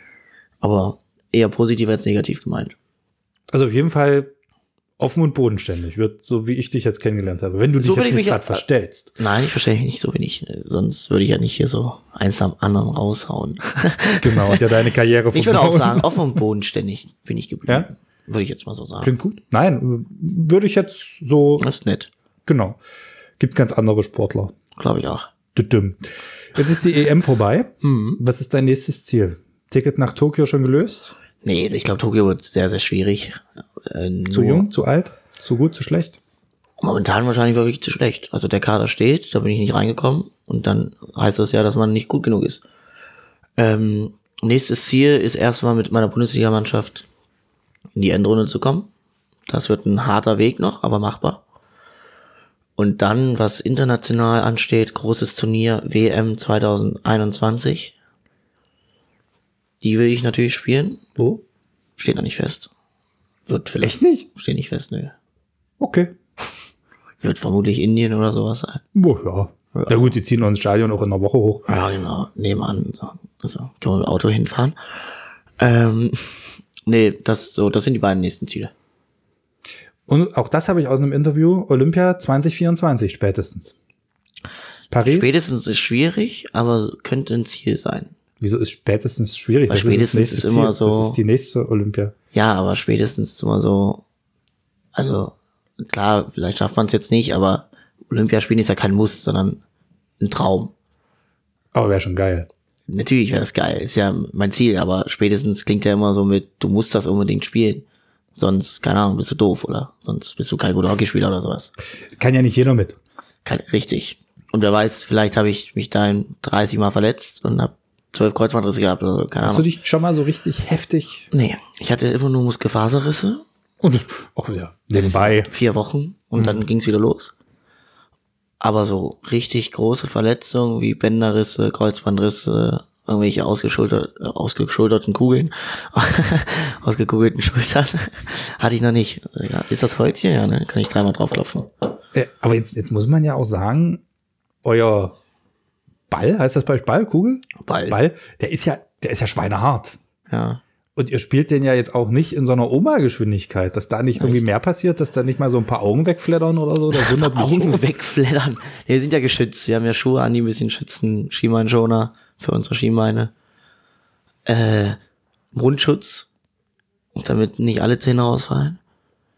Speaker 5: <laughs> aber eher positiv als negativ gemeint.
Speaker 4: Also auf jeden Fall offen und bodenständig, wird so wie ich dich jetzt kennengelernt habe. Wenn du dich
Speaker 5: So will
Speaker 4: jetzt
Speaker 5: ich
Speaker 4: nicht
Speaker 5: mich
Speaker 4: gerade
Speaker 5: ja-
Speaker 4: verstellst.
Speaker 5: Nein, ich verstehe mich nicht so wenig. Äh, Sonst würde ich ja nicht hier so eins am anderen
Speaker 4: <laughs>
Speaker 5: raushauen.
Speaker 4: Genau, und ja deine Karriere
Speaker 5: <laughs> ich würde auch
Speaker 4: verbauen.
Speaker 5: sagen, offen und bodenständig bin ich geblieben.
Speaker 4: Ja?
Speaker 5: Würde ich jetzt mal so
Speaker 4: <laughs>
Speaker 5: sagen.
Speaker 4: Klingt gut. Nein, würde ich jetzt so,
Speaker 5: Das ist nett.
Speaker 4: genau. Gibt ganz andere Sportler.
Speaker 5: Glaube ich auch.
Speaker 4: Düdüm. Jetzt ist die EM vorbei.
Speaker 5: <laughs> Mhm.
Speaker 4: Was ist dein nächstes Ziel? Ticket nach Tokio schon gelöst?
Speaker 5: Nee, ich glaube, Tokio wird sehr, sehr schwierig. Äh,
Speaker 4: Zu
Speaker 5: nur-
Speaker 4: jung, zu alt, zu gut, zu schlecht?
Speaker 5: Momentan wahrscheinlich wirklich zu schlecht. Also der Kader steht, da bin ich nicht reingekommen und dann heißt das ja, dass man nicht gut genug ist. Ähm, nächstes Ziel ist erstmal mit meiner Bundesligamannschaft in die Endrunde zu kommen. Das wird ein harter Weg noch, aber machbar. Und dann, was international ansteht, großes Turnier WM 2021. Die will ich natürlich spielen.
Speaker 4: Wo?
Speaker 5: Steht noch nicht fest. Wird vielleicht.
Speaker 4: Echt nicht?
Speaker 5: Steht nicht fest, nö.
Speaker 4: Okay.
Speaker 5: Wird vermutlich Indien oder sowas sein.
Speaker 4: Boah, ja. Ja gut, die ziehen uns Stadion auch in der Woche hoch.
Speaker 5: Ja, genau. Nebenan. So. Also, kann man mit dem Auto hinfahren. Ähm, <laughs> nee, das, so, das sind die beiden nächsten Ziele.
Speaker 4: Und auch das habe ich aus einem Interview, Olympia 2024 spätestens. Paris?
Speaker 5: Spätestens ist schwierig, aber könnte ein Ziel sein.
Speaker 4: Wieso ist spätestens schwierig?
Speaker 5: Weil
Speaker 4: das
Speaker 5: spätestens
Speaker 4: nächste
Speaker 5: ist
Speaker 4: Ziel.
Speaker 5: immer so-
Speaker 4: Das ist die nächste Olympia.
Speaker 5: Ja, aber spätestens ist immer so, also, klar, vielleicht schafft man es jetzt nicht, aber Olympiaspielen ist ja kein Muss, sondern ein Traum.
Speaker 4: Aber Oh, wäre schon geil.
Speaker 5: Natürlich wäre das geil, ist ja mein Ziel, aber spätestens klingt ja immer so mit, du musst das unbedingt spielen. Sonst, keine Ahnung, bist du doof, oder? Sonst bist du kein guter Hockeyspieler oder sowas.
Speaker 4: Kann ja nicht jeder mit.
Speaker 5: Kein, richtig. Und wer weiß, vielleicht habe ich mich da in 30 Mal verletzt und habe 12 Kreuzbandrisse gehabt oder so, keine
Speaker 4: Hast du
Speaker 5: Ahnung.
Speaker 4: dich schon mal so richtig heftig?
Speaker 5: Nee, ich hatte immer nur Muskelfaserrisse,
Speaker 4: Und auch wieder nebenbei.
Speaker 5: vier Wochen und
Speaker 4: Mhm.
Speaker 5: dann ging es wieder los. Aber so richtig große Verletzungen wie Bänderrisse, Kreuzbandrisse, irgendwelche ausgeschulter, äh, ausgeschulterten Kugeln, <laughs> ausgekugelten Schultern, <laughs> hatte ich noch nicht. Ja, ist das Holz hier? Ja, ne? Kann ich dreimal draufklopfen.
Speaker 4: Äh, aber jetzt, jetzt muss man ja auch sagen, euer Ball, heißt das bei euch Ball, Kugel?
Speaker 5: Ball.
Speaker 4: Ball, der ist ja, der ist ja schweinehart.
Speaker 5: Ja.
Speaker 4: Und ihr spielt den ja jetzt auch nicht in so einer Oma-Geschwindigkeit, dass da nicht irgendwie mehr passiert, dass da nicht mal so ein paar Augen wegflattern oder so. Das wundert mich schon.
Speaker 5: <laughs> Augen wegflattern. Nee, wir sind ja geschützt. Wir haben ja Schuhe an, die ein bisschen schützen. Schienbeinschoner für unsere Schienbeine. Äh, Mundschutz. Damit nicht alle Zähne rausfallen.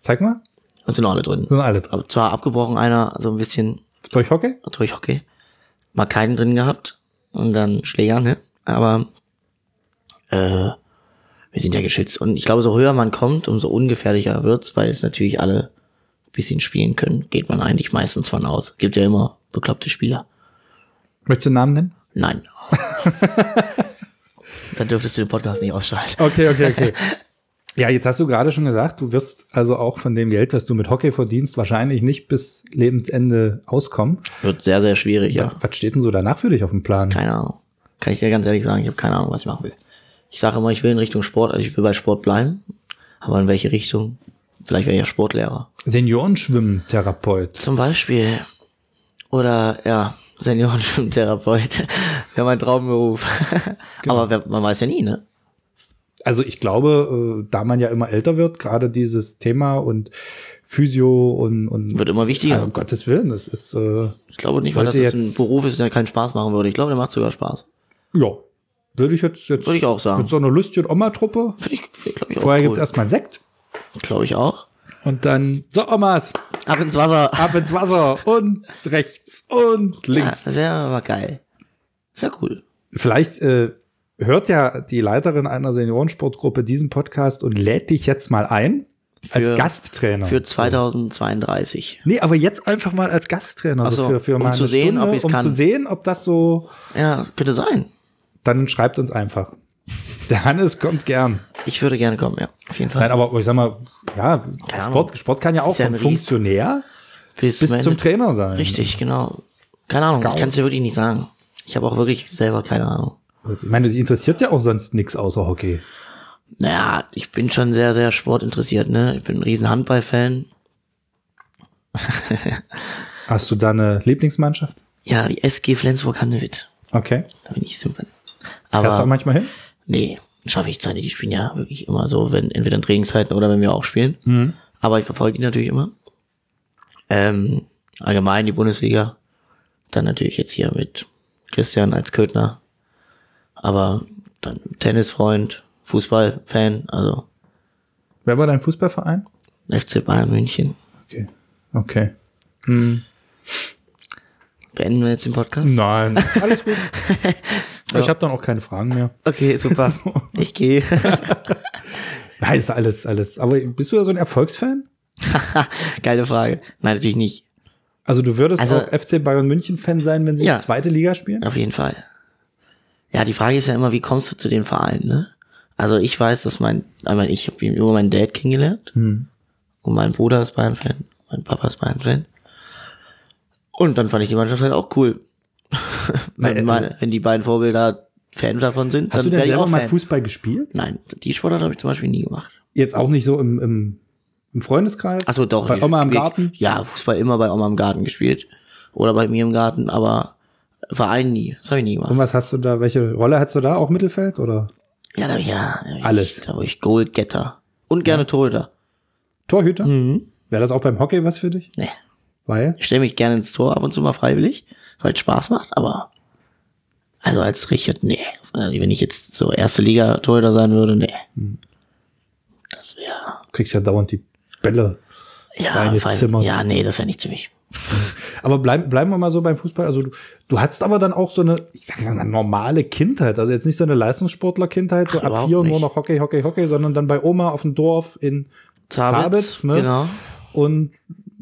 Speaker 4: Zeig mal,
Speaker 5: Und sind auch alle drin.
Speaker 4: sind alle dran.
Speaker 5: Aber zwar abgebrochen einer, so ein bisschen
Speaker 4: Durch Hockey?
Speaker 5: durch Hockey. Mal keinen drin gehabt. Und dann Schläger, ne? Aber äh, wir sind ja geschützt. Und ich glaube, so höher man kommt, umso ungefährlicher wird's, weil es natürlich alle ein bisschen spielen können. Geht man eigentlich meistens von aus. Gibt ja immer bekloppte Spieler.
Speaker 4: Möchtest du einen Namen nennen?
Speaker 5: Nein. Dann dürftest du den Podcast nicht ausschalten.
Speaker 4: Okay, okay, okay. <laughs> Ja, jetzt hast du gerade schon gesagt, du wirst also auch von dem Geld, was du mit Hockey verdienst, wahrscheinlich nicht bis Lebensende auskommen.
Speaker 5: Wird sehr, sehr schwierig, ja.
Speaker 4: Was steht denn so danach für dich auf dem Plan?
Speaker 5: Keine Ahnung. Kann ich dir ganz ehrlich sagen, ich habe keine Ahnung, was ich machen will. Ich sage immer, ich will in Richtung Sport, also ich will bei Sport bleiben. Aber in welche Richtung? Vielleicht wäre ich ja Sportlehrer.
Speaker 4: Seniorenschwimmtherapeut.
Speaker 5: Zum Beispiel. Oder ja, <laughs>
Speaker 4: <laughs> Genau.
Speaker 5: Seniorenschwimmtherapeut. Wäre mein Traumberuf. Aber wer, man weiß ja nie, ne?
Speaker 4: Also ich glaube, äh, da man ja immer älter wird, gerade dieses Thema und Physio und, und
Speaker 5: Wird immer wichtiger.
Speaker 4: Ja, um Gottes Willen, das ist äh,
Speaker 5: Ich glaube nicht mal, dass
Speaker 4: Sollte
Speaker 5: es ein
Speaker 4: jetzt-
Speaker 5: Beruf ist, der keinen Spaß machen würde. Ich glaube, der macht sogar Spaß.
Speaker 4: ja, würde ich jetzt, jetzt
Speaker 5: Würde ich auch sagen.
Speaker 4: mit so einer lustigen Oma-Truppe.
Speaker 5: Finde ich, glaube ich, auch
Speaker 4: Vorher
Speaker 5: cool.
Speaker 4: gibt's erstmal Sekt
Speaker 5: Glaube ich auch.
Speaker 4: und dann so Omas
Speaker 5: Ab ins Wasser.
Speaker 4: ab ins Wasser und rechts und
Speaker 5: Ja,
Speaker 4: links.
Speaker 5: das wäre aber geil. Das wäre cool.
Speaker 4: Vielleicht äh, hört ja die Leiterin einer Seniorensportgruppe diesen Podcast und lädt dich jetzt mal ein als
Speaker 5: Für-
Speaker 4: Gasttrainer.
Speaker 5: Für 2032.
Speaker 4: Nee, aber jetzt einfach mal als Gasttrainer.
Speaker 5: Ach
Speaker 4: so,
Speaker 5: so,
Speaker 4: für, für
Speaker 5: um
Speaker 4: mal
Speaker 5: zu
Speaker 4: eine
Speaker 5: sehen,
Speaker 4: Stunde,
Speaker 5: ob ich's
Speaker 4: um
Speaker 5: kann.
Speaker 4: zu sehen, ob das so.
Speaker 5: Ja, könnte sein.
Speaker 4: Dann schreibt uns einfach. <laughs> Der Hannes kommt gern.
Speaker 5: Ich würde gerne kommen, ja. Auf jeden Fall.
Speaker 4: Nein, aber ich sag mal, ja,
Speaker 5: Keine Ahnung.
Speaker 4: Sport, Sport kann ja
Speaker 5: Das
Speaker 4: auch
Speaker 5: ist ja
Speaker 4: vom
Speaker 5: ein Riesen-
Speaker 4: Funktionär bis
Speaker 5: Ende-
Speaker 4: zum Trainer sein.
Speaker 5: Richtig, genau. Keine Ahnung,
Speaker 4: Scout.
Speaker 5: ich kann es dir wirklich nicht sagen. Ich habe auch wirklich selber keine Ahnung.
Speaker 4: Ich meine, sie interessiert ja auch sonst nichts außer Hockey.
Speaker 5: Naja, ich bin schon sehr, sehr sportinteressiert, ne? Ich bin ein riesen Handball-Fan.
Speaker 4: Hast du da eine Lieblingsmannschaft?
Speaker 5: Ja, die SG Flensburg-Handewitt.
Speaker 4: Okay.
Speaker 5: Da bin ich super.
Speaker 4: Fährst du auch
Speaker 5: Aber
Speaker 4: manchmal hin?
Speaker 5: nee, schaffe ich zwar nicht. Die spielen ja wirklich immer so, wenn entweder in Trainingszeiten oder wenn wir auch spielen. Aber ich verfolge die natürlich immer. Ähm, allgemein die Bundesliga. Dann natürlich jetzt hier mit Christian als Köthner. Aber dann Tennisfreund, Fußballfan, also
Speaker 4: Wer war dein Fußballverein?
Speaker 5: FC Bayern München.
Speaker 4: Okay. Okay.
Speaker 5: Beenden wir jetzt den Podcast?
Speaker 4: Nein. <laughs> Alles
Speaker 5: <laughs>
Speaker 4: gut. Ich habe dann auch keine Fragen mehr.
Speaker 5: Okay, super. Ich gehe. <laughs>
Speaker 4: Nein, ist alles, alles. Aber bist du da so ein Erfolgsfan?
Speaker 5: Geile Frage. Nein, natürlich nicht.
Speaker 4: Also du würdest
Speaker 5: Also-
Speaker 4: auch FC Bayern München Fan sein, wenn sie
Speaker 5: Ja.
Speaker 4: in die zweite Liga spielen?
Speaker 5: Auf jeden Fall. Ja, die Frage ist ja immer, wie kommst du zu dem Verein, ne? Also ich weiß, dass mein, einmal ich habe ihn über meinen Dad kennengelernt.
Speaker 4: Hm.
Speaker 5: Und mein Bruder ist Bayern-Fan, mein Papa ist Bayern-Fan. Und dann fand ich die Mannschaft halt auch cool. <laughs> wenn,
Speaker 4: Nein,
Speaker 5: meine, wenn die beiden Vorbilder Fan davon sind,
Speaker 4: äh, Hast
Speaker 5: dann
Speaker 4: du denn
Speaker 5: werde ich
Speaker 4: selber
Speaker 5: auch
Speaker 4: mal
Speaker 5: Fan.
Speaker 4: Fußball gespielt?
Speaker 5: Nein, die Sportart habe ich zum Beispiel nie gemacht.
Speaker 4: Jetzt auch nicht so im, im, im Freundeskreis?
Speaker 5: Achso, doch.
Speaker 4: Bei
Speaker 5: die-
Speaker 4: Oma im
Speaker 5: wir-
Speaker 4: Garten?
Speaker 5: Ja, Fußball immer bei Oma im Garten gespielt. Oder bei mir im Garten, aber Verein nie. Das habe ich nie gemacht.
Speaker 4: Und was hast du da, welche Rolle hast du da? Auch Mittelfeld oder
Speaker 5: Ja, da, ja. Da bin
Speaker 4: Alles.
Speaker 5: Ich, da war ich Goldgetter. Und gerne Torhüter.
Speaker 4: Torhüter?
Speaker 5: Mhm.
Speaker 4: Wäre das auch beim Hockey was für dich?
Speaker 5: Nee.
Speaker 4: Weil?
Speaker 5: Ich stelle mich gerne ins Tor, ab und zu mal freiwillig, weil es Spaß macht, aber also als Richard, nee. Also wenn ich jetzt so erste Liga Torhüter sein würde, nee.
Speaker 4: Mhm.
Speaker 5: Das wäre,
Speaker 4: Du kriegst ja dauernd die Bälle.
Speaker 5: ja,
Speaker 4: Deine
Speaker 5: vor allem-
Speaker 4: Zimmer.
Speaker 5: ja, nee, das wäre nicht zu mich.
Speaker 4: Aber bleib, bleiben wir mal so beim Fußball. Also du, du hattest aber dann auch so eine, ich sag mal, eine normale Kindheit. Also jetzt nicht so eine Leistungssportler-Kindheit, so
Speaker 5: Ach,
Speaker 4: ab
Speaker 5: überhaupt
Speaker 4: vier nur
Speaker 5: nicht.
Speaker 4: noch Hockey, Hockey, Hockey, sondern dann bei Oma auf dem Dorf in Zabitz, ne?
Speaker 5: Genau.
Speaker 4: und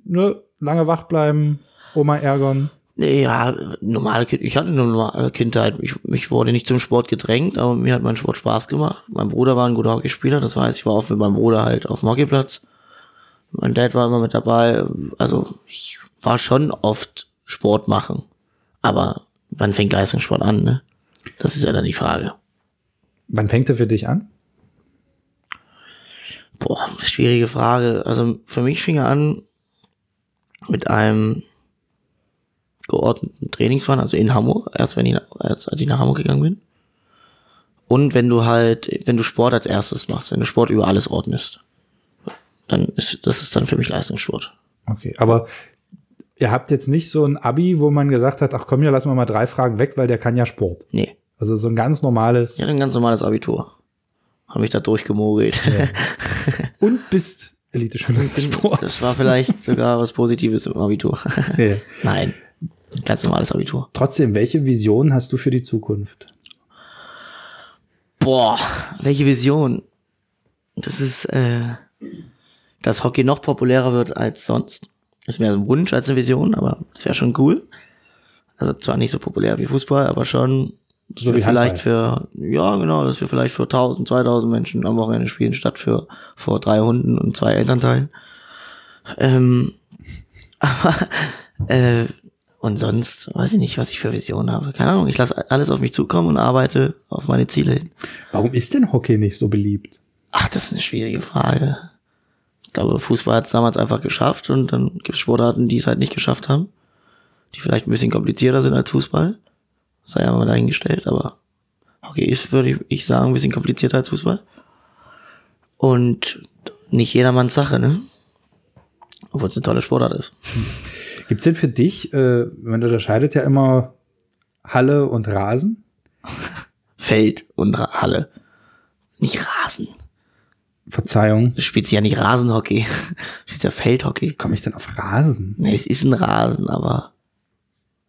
Speaker 4: ne, lange wach bleiben, Oma ärgern.
Speaker 5: Nee, ja, normale Kind, ich hatte eine normale Kindheit. Ich, mich wurde nicht zum Sport gedrängt, aber mir hat mein Sport Spaß gemacht. Mein Bruder war ein guter Hockeyspieler, das heißt, ich war oft mit meinem Bruder halt auf dem Hockeyplatz. Mein Dad war immer mit dabei. Also ich war schon oft Sport machen. Aber wann fängt Leistungssport an, ne? Das ist ja dann die Frage.
Speaker 4: Wann fängt er für dich an?
Speaker 5: Boah, schwierige Frage. Also für mich fing er an mit einem geordneten Trainingsplan, also in Hamburg, erst wenn ich, erst als ich nach Hamburg gegangen bin. Und wenn du halt, wenn du Sport als erstes machst, wenn du Sport über alles ordnest, dann ist, das ist dann für mich Leistungssport.
Speaker 4: Okay, aber ihr habt jetzt nicht so ein Abi, wo man gesagt hat, ach komm, ja, lassen wir mal drei Fragen weg, weil der kann ja Sport.
Speaker 5: Nee.
Speaker 4: Also so ein ganz normales.
Speaker 5: Ich hatte ein ganz normales Abitur. Hab mich da durchgemogelt. <laughs>
Speaker 4: Und bist Elite-Schüler des Sports.
Speaker 5: Das war vielleicht sogar was Positives im Abitur. <laughs>
Speaker 4: Nee.
Speaker 5: Nein. Ganz normales Abitur.
Speaker 4: Trotzdem, welche Vision hast du für die Zukunft?
Speaker 5: Boah, welche Vision. Das ist, äh, dass Hockey noch populärer wird als sonst. Ist mehr ein Wunsch als eine Vision, aber es wäre schon cool. Also zwar nicht so populär wie Fußball, aber schon dass
Speaker 4: So
Speaker 5: wir
Speaker 4: wie
Speaker 5: vielleicht für, ja genau, dass wir vielleicht für 1000, 2000 Menschen am Wochenende spielen, statt für vor drei Hunden und zwei Elternteilen. Ähm, <laughs> aber, äh, und sonst weiß ich nicht, was ich für Visionen habe. Keine Ahnung, ich lasse alles auf mich zukommen und arbeite auf meine Ziele hin.
Speaker 4: Warum ist denn Hockey nicht so beliebt?
Speaker 5: Ach, das ist eine schwierige Frage. Ich glaube, Fußball hat es damals einfach geschafft und dann gibt es Sportarten, die es halt nicht geschafft haben, die vielleicht ein bisschen komplizierter sind als Fußball. Sei ja mal dahingestellt, aber Hockey ist, würde ich sagen, ein bisschen komplizierter als Fußball. Und nicht jedermanns Sache, ne? Obwohl es eine tolle Sportart ist.
Speaker 4: Gibt's denn für dich, äh, man unterscheidet ja immer Halle und Rasen?
Speaker 5: Feld und Ra- Halle. Nicht Rasen.
Speaker 4: Verzeihung.
Speaker 5: Du spielst ja nicht Rasenhockey. <laughs> Du spielst ja Feldhockey.
Speaker 4: Komme ich denn auf Rasen?
Speaker 5: Nee, es ist ein Rasen, aber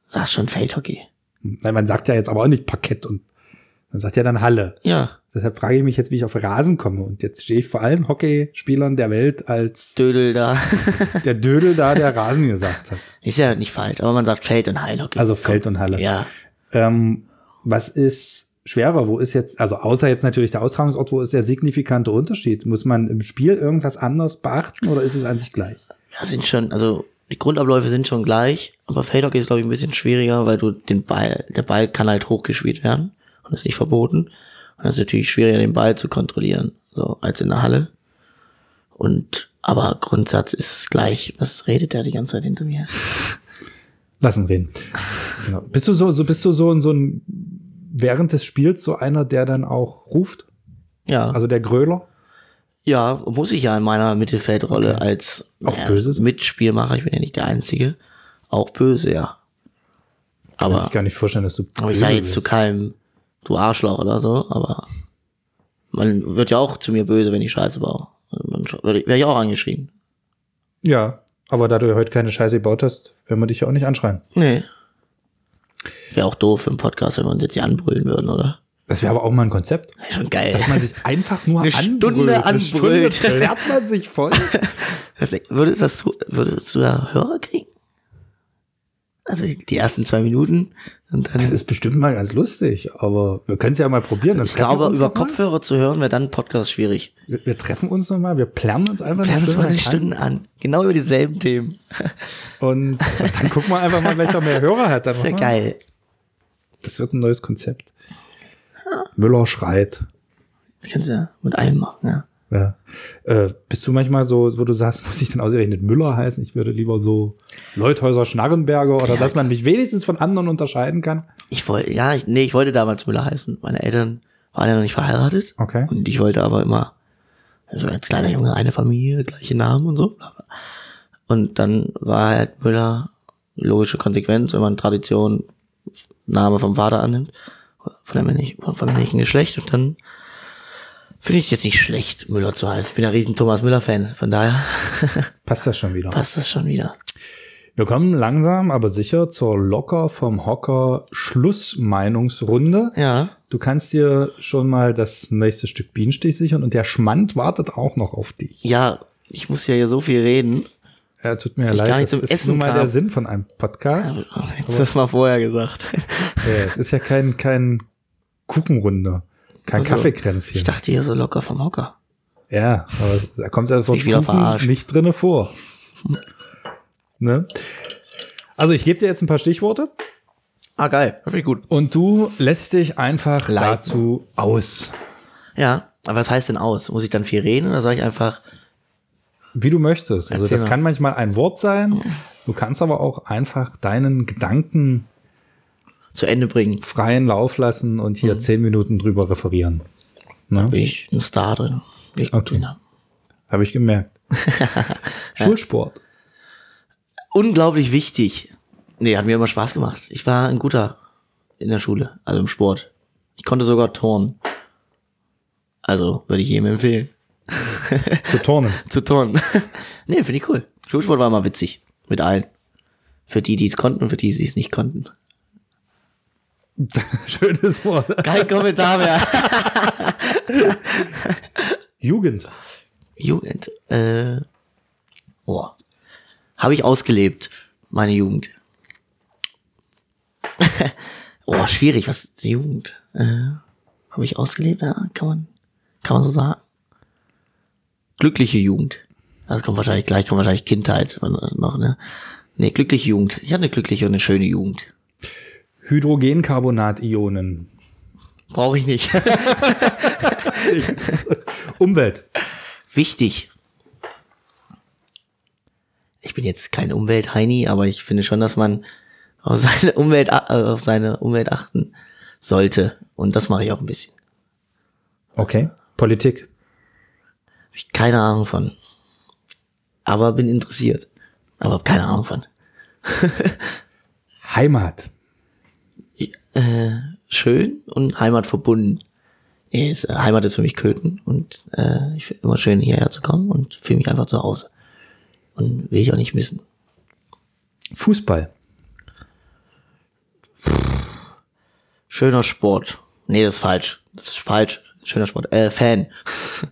Speaker 5: sag schon Feldhockey.
Speaker 4: Nein, man sagt ja jetzt aber auch nicht Parkett und man sagt ja dann Halle.
Speaker 5: Ja,
Speaker 4: Deshalb frage ich mich jetzt, wie ich auf Rasen komme. Und jetzt stehe ich vor allen Hockeyspielern der Welt als
Speaker 5: Dödel da. <laughs>
Speaker 4: der Dödel da, der Rasen gesagt hat.
Speaker 5: Ist ja nicht falsch, aber man sagt Feld und Heilhockey.
Speaker 4: Also Feld und Halle.
Speaker 5: Ja.
Speaker 4: Ähm, was ist schwerer? Wo ist jetzt, also außer jetzt natürlich der Austragungsort, wo ist der signifikante Unterschied? Muss man im Spiel irgendwas anderes beachten oder ist es an sich gleich?
Speaker 5: ja, sind schon, also die Grundabläufe sind schon gleich, aber Feldhockey ist, glaube ich, ein bisschen schwieriger, weil du den Ball, der Ball kann halt hochgespielt werden und ist nicht verboten. Und das ist natürlich schwieriger, den Ball zu kontrollieren, so als in der Halle. Und aber Grundsatz ist gleich. Was redet der die ganze Zeit hinter mir?
Speaker 4: Lassen reden. Genau. Bist du so, so, bist du so, ein- so ein, während des Spiels so einer, der dann auch ruft?
Speaker 5: Ja.
Speaker 4: Also der Gröler?
Speaker 5: Ja, muss ich ja in meiner Mittelfeldrolle als
Speaker 4: Auch Böses?
Speaker 5: Mitspielmacher. Ich bin ja nicht der Einzige. Auch böse, ja.
Speaker 4: Kann
Speaker 5: Aber,
Speaker 4: Also ich gar nicht vorstellen, dass du.
Speaker 5: aber ich sage jetzt zu keinem, du Arschloch oder so, aber man wird ja auch zu mir böse, wenn ich Scheiße baue. Also Man sch- werd ich- werd ich auch angeschrien.
Speaker 4: Ja, aber da du heute keine Scheiße gebaut hast, werden wir dich ja auch nicht anschreien.
Speaker 5: Nee. Wäre auch doof im Podcast, wenn wir uns jetzt hier anbrüllen würden, oder?
Speaker 4: Das wäre aber auch mal ein Konzept.
Speaker 5: Wär Schon geil. <laughs>
Speaker 4: Dass man sich einfach nur
Speaker 5: Eine
Speaker 4: anbrüllt.
Speaker 5: Stunde
Speaker 4: Eine Stunde
Speaker 5: anbrüllt.
Speaker 4: klärt man sich voll.
Speaker 5: Das, würdest, das, so- würdest du da Hörer kriegen? Also die ersten zwei Minuten und dann
Speaker 4: Das ist bestimmt mal ganz lustig, aber wir können es ja mal probieren. Dann
Speaker 5: Ich
Speaker 4: treffen wir
Speaker 5: glaube,
Speaker 4: uns
Speaker 5: über
Speaker 4: noch mal.
Speaker 5: Kopfhörer zu hören wäre dann Podcast schwierig.
Speaker 4: Wir, wir treffen uns nochmal, wir planen uns einfach
Speaker 5: Wir haben uns mal eine
Speaker 4: lang
Speaker 5: Stunde an. Genau über dieselben Themen.
Speaker 4: an Und dann gucken wir einfach mal, welcher mehr Hörer hat.
Speaker 5: <laughs>
Speaker 4: Dann
Speaker 5: Das wäre
Speaker 4: machen wir-
Speaker 5: geil.
Speaker 4: Das wird ein neues Konzept. Müller schreit.
Speaker 5: Das kannst du ja mit allem machen, ja.
Speaker 4: Ja. Äh, bist du manchmal so, wo du sagst, <laughs> muss ich dann ausgerechnet Müller heißen? Ich würde lieber so Leuthäuser Schnarrenberger oder dass man mich wenigstens von anderen unterscheiden kann.
Speaker 5: Ich wollte, ja, ich, nee, ich wollte damals Müller heißen. Meine Eltern waren ja noch nicht verheiratet.
Speaker 4: Okay.
Speaker 5: Und ich wollte aber immer, also als kleiner Junge, eine Familie, gleiche Namen und so. bla, bla. Und dann war halt Müller logische Konsequenz, wenn man Tradition, Name vom Vater annimmt, von der männlichen, von der männlichen Geschlecht. Und dann finde ich es jetzt nicht schlecht, Müller zu heißen. Ich bin ein riesen Thomas Müller-Fan, von daher
Speaker 4: Passt das schon wieder.
Speaker 5: passt das schon wieder.
Speaker 4: Wir kommen langsam, aber sicher zur locker vom Hocker Schlussmeinungsrunde.
Speaker 5: Ja,
Speaker 4: Du kannst dir schon mal das nächste Stück Bienenstich sichern und der Schmand wartet auch noch auf dich.
Speaker 5: ja, ich muss ja hier so viel reden.
Speaker 4: Ja, tut mir ja
Speaker 5: ich
Speaker 4: leid,
Speaker 5: gar nicht
Speaker 4: das
Speaker 5: zum
Speaker 4: ist
Speaker 5: Essen
Speaker 4: nun mal
Speaker 5: kam.
Speaker 4: der Sinn von einem Podcast.
Speaker 5: Hättest Also, du das mal vorher gesagt.
Speaker 4: Äh, es ist ja kein, kein Kuchenrunde, kein
Speaker 5: Also,
Speaker 4: Kaffeekränzchen.
Speaker 5: Ich dachte hier so locker vom Hocker.
Speaker 4: Ja, aber es- da kommt ja von
Speaker 5: Mich wieder
Speaker 4: Kuchen
Speaker 5: verarscht.
Speaker 4: nicht drinne vor. Ne? Also ich gebe dir jetzt ein paar Stichworte
Speaker 5: Ah, geil. Finde ich gut.
Speaker 4: und du lässt dich einfach
Speaker 5: Leiten.
Speaker 4: dazu aus,
Speaker 5: Ja, aber was heißt denn aus? Muss ich dann viel reden oder sage ich einfach,
Speaker 4: wie du möchtest. Also
Speaker 5: Erzähl
Speaker 4: das
Speaker 5: mal.
Speaker 4: kann manchmal ein Wort sein, du kannst aber auch einfach deinen Gedanken
Speaker 5: zu Ende bringen?
Speaker 4: freien Lauf lassen und hier zehn Minuten drüber referieren. Ne?
Speaker 5: Bin ich ein Star drin? Ich,
Speaker 4: Okay. Habe ich <laughs> gemerkt. Schulsport.
Speaker 5: Unglaublich wichtig. Nee, hat mir immer Spaß gemacht. Ich war ein guter in der Schule, also im Sport. Ich konnte sogar turnen. Also würde ich jedem empfehlen.
Speaker 4: Zu Turnen.
Speaker 5: zu turnen. <laughs> nee, finde ich cool. Schulsport war immer witzig. Mit allen. Für die, die es konnten und für die, die es nicht konnten.
Speaker 4: <laughs> Schönes Wort.
Speaker 5: Kein Kommentar mehr.
Speaker 4: Jugend.
Speaker 5: Jugend. Äh, boah. Habe ich ausgelebt, meine Jugend. <laughs> oh, schwierig, was ist die Jugend? Äh, Habe ich ausgelebt? Ja, kann man, kann man so sagen. Glückliche Jugend. Das kommt wahrscheinlich gleich, kommt wahrscheinlich Kindheit äh, noch, ne? Nee, glückliche Jugend. Ich hatte eine glückliche und eine schöne Jugend.
Speaker 4: Hydrogencarbonat-Ionen.
Speaker 5: Brauche ich nicht. <laughs>
Speaker 4: Umwelt.
Speaker 5: Wichtig. Ich bin jetzt kein Umweltheini, aber ich finde schon, dass man auf seine Umwelt, a- äh, auf seine Umwelt achten sollte. Und das mache ich auch ein bisschen.
Speaker 4: Okay. Politik.
Speaker 5: Hab ich keine Ahnung von. Aber bin interessiert. Aber hab keine Ahnung von.
Speaker 4: Heimat.
Speaker 5: Äh, schön und Heimat verbunden. Nee, Ist, äh, Heimat ist für mich Köthen und äh, ich finde immer schön hierher zu kommen und fühle mich einfach zu Hause. Und will ich auch nicht missen.
Speaker 4: Fußball.
Speaker 5: Schöner Sport. Nee, das ist falsch. Das ist falsch. Schöner Sport. Äh, Fan. <laughs>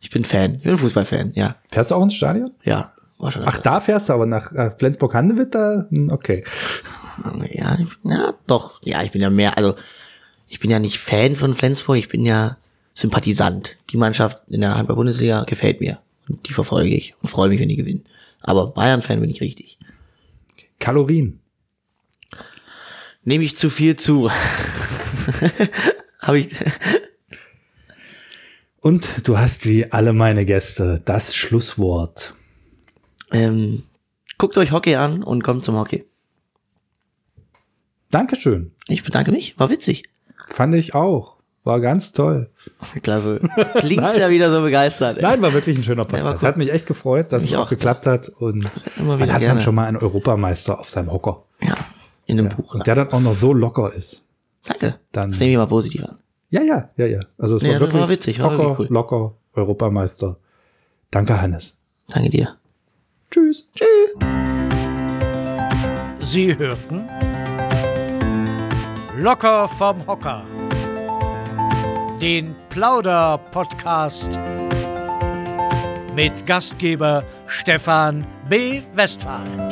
Speaker 5: Ich bin Fan. Ich bin Fußballfan, ja.
Speaker 4: Fährst du auch ins Stadion?
Speaker 5: Ja. War schon
Speaker 4: Ach, da fährst du aber nach äh, Flensburg-Handewitt da? Hm, Okay.
Speaker 5: Ja, ich- ja, doch. Ja, ich bin ja mehr, also ich bin ja nicht Fan von Flensburg, ich bin ja Sympathisant. Die Mannschaft in der Handball-Bundesliga gefällt mir und die verfolge ich und freue mich, wenn die gewinnen. Aber Bayern-Fan bin ich richtig.
Speaker 4: Kalorien.
Speaker 5: Nehme ich zu viel zu. <laughs> Habe ich
Speaker 4: Und du hast wie alle meine Gäste das Schlusswort.
Speaker 5: ähm, guckt euch Hockey an und kommt zum Hockey.
Speaker 4: Dankeschön.
Speaker 5: Ich bedanke mich, war witzig.
Speaker 4: Fand ich auch. War ganz toll.
Speaker 5: Klasse. Klingt's ja wieder so begeistert. ey.
Speaker 4: Nein, war wirklich ein schöner
Speaker 5: Ja, war
Speaker 4: Podcast.
Speaker 5: cool.
Speaker 4: Hat mich echt gefreut, dass
Speaker 5: Mich
Speaker 4: es auch
Speaker 5: auch.
Speaker 4: geklappt hat. Und
Speaker 5: Immer
Speaker 4: man
Speaker 5: wieder
Speaker 4: hat
Speaker 5: gerne.
Speaker 4: man schon mal einen Europameister auf seinem Hocker.
Speaker 5: Ja, in einem Buch.
Speaker 4: Und der dann auch noch so locker ist.
Speaker 5: Danke.
Speaker 4: Dann-
Speaker 5: das nehme ich mal positiv an.
Speaker 4: Ja, ja, ja, ja. Also es
Speaker 5: Nee,
Speaker 4: war
Speaker 5: das
Speaker 4: wirklich
Speaker 5: war witzig, war
Speaker 4: locker,
Speaker 5: wirklich cool.
Speaker 4: locker Europameister. Danke, Hannes.
Speaker 5: Danke dir.
Speaker 4: Tschüss.
Speaker 3: Sie hörten Locker vom Hocker. Den Plauder-Podcast mit Gastgeber Stefan B. Westphal.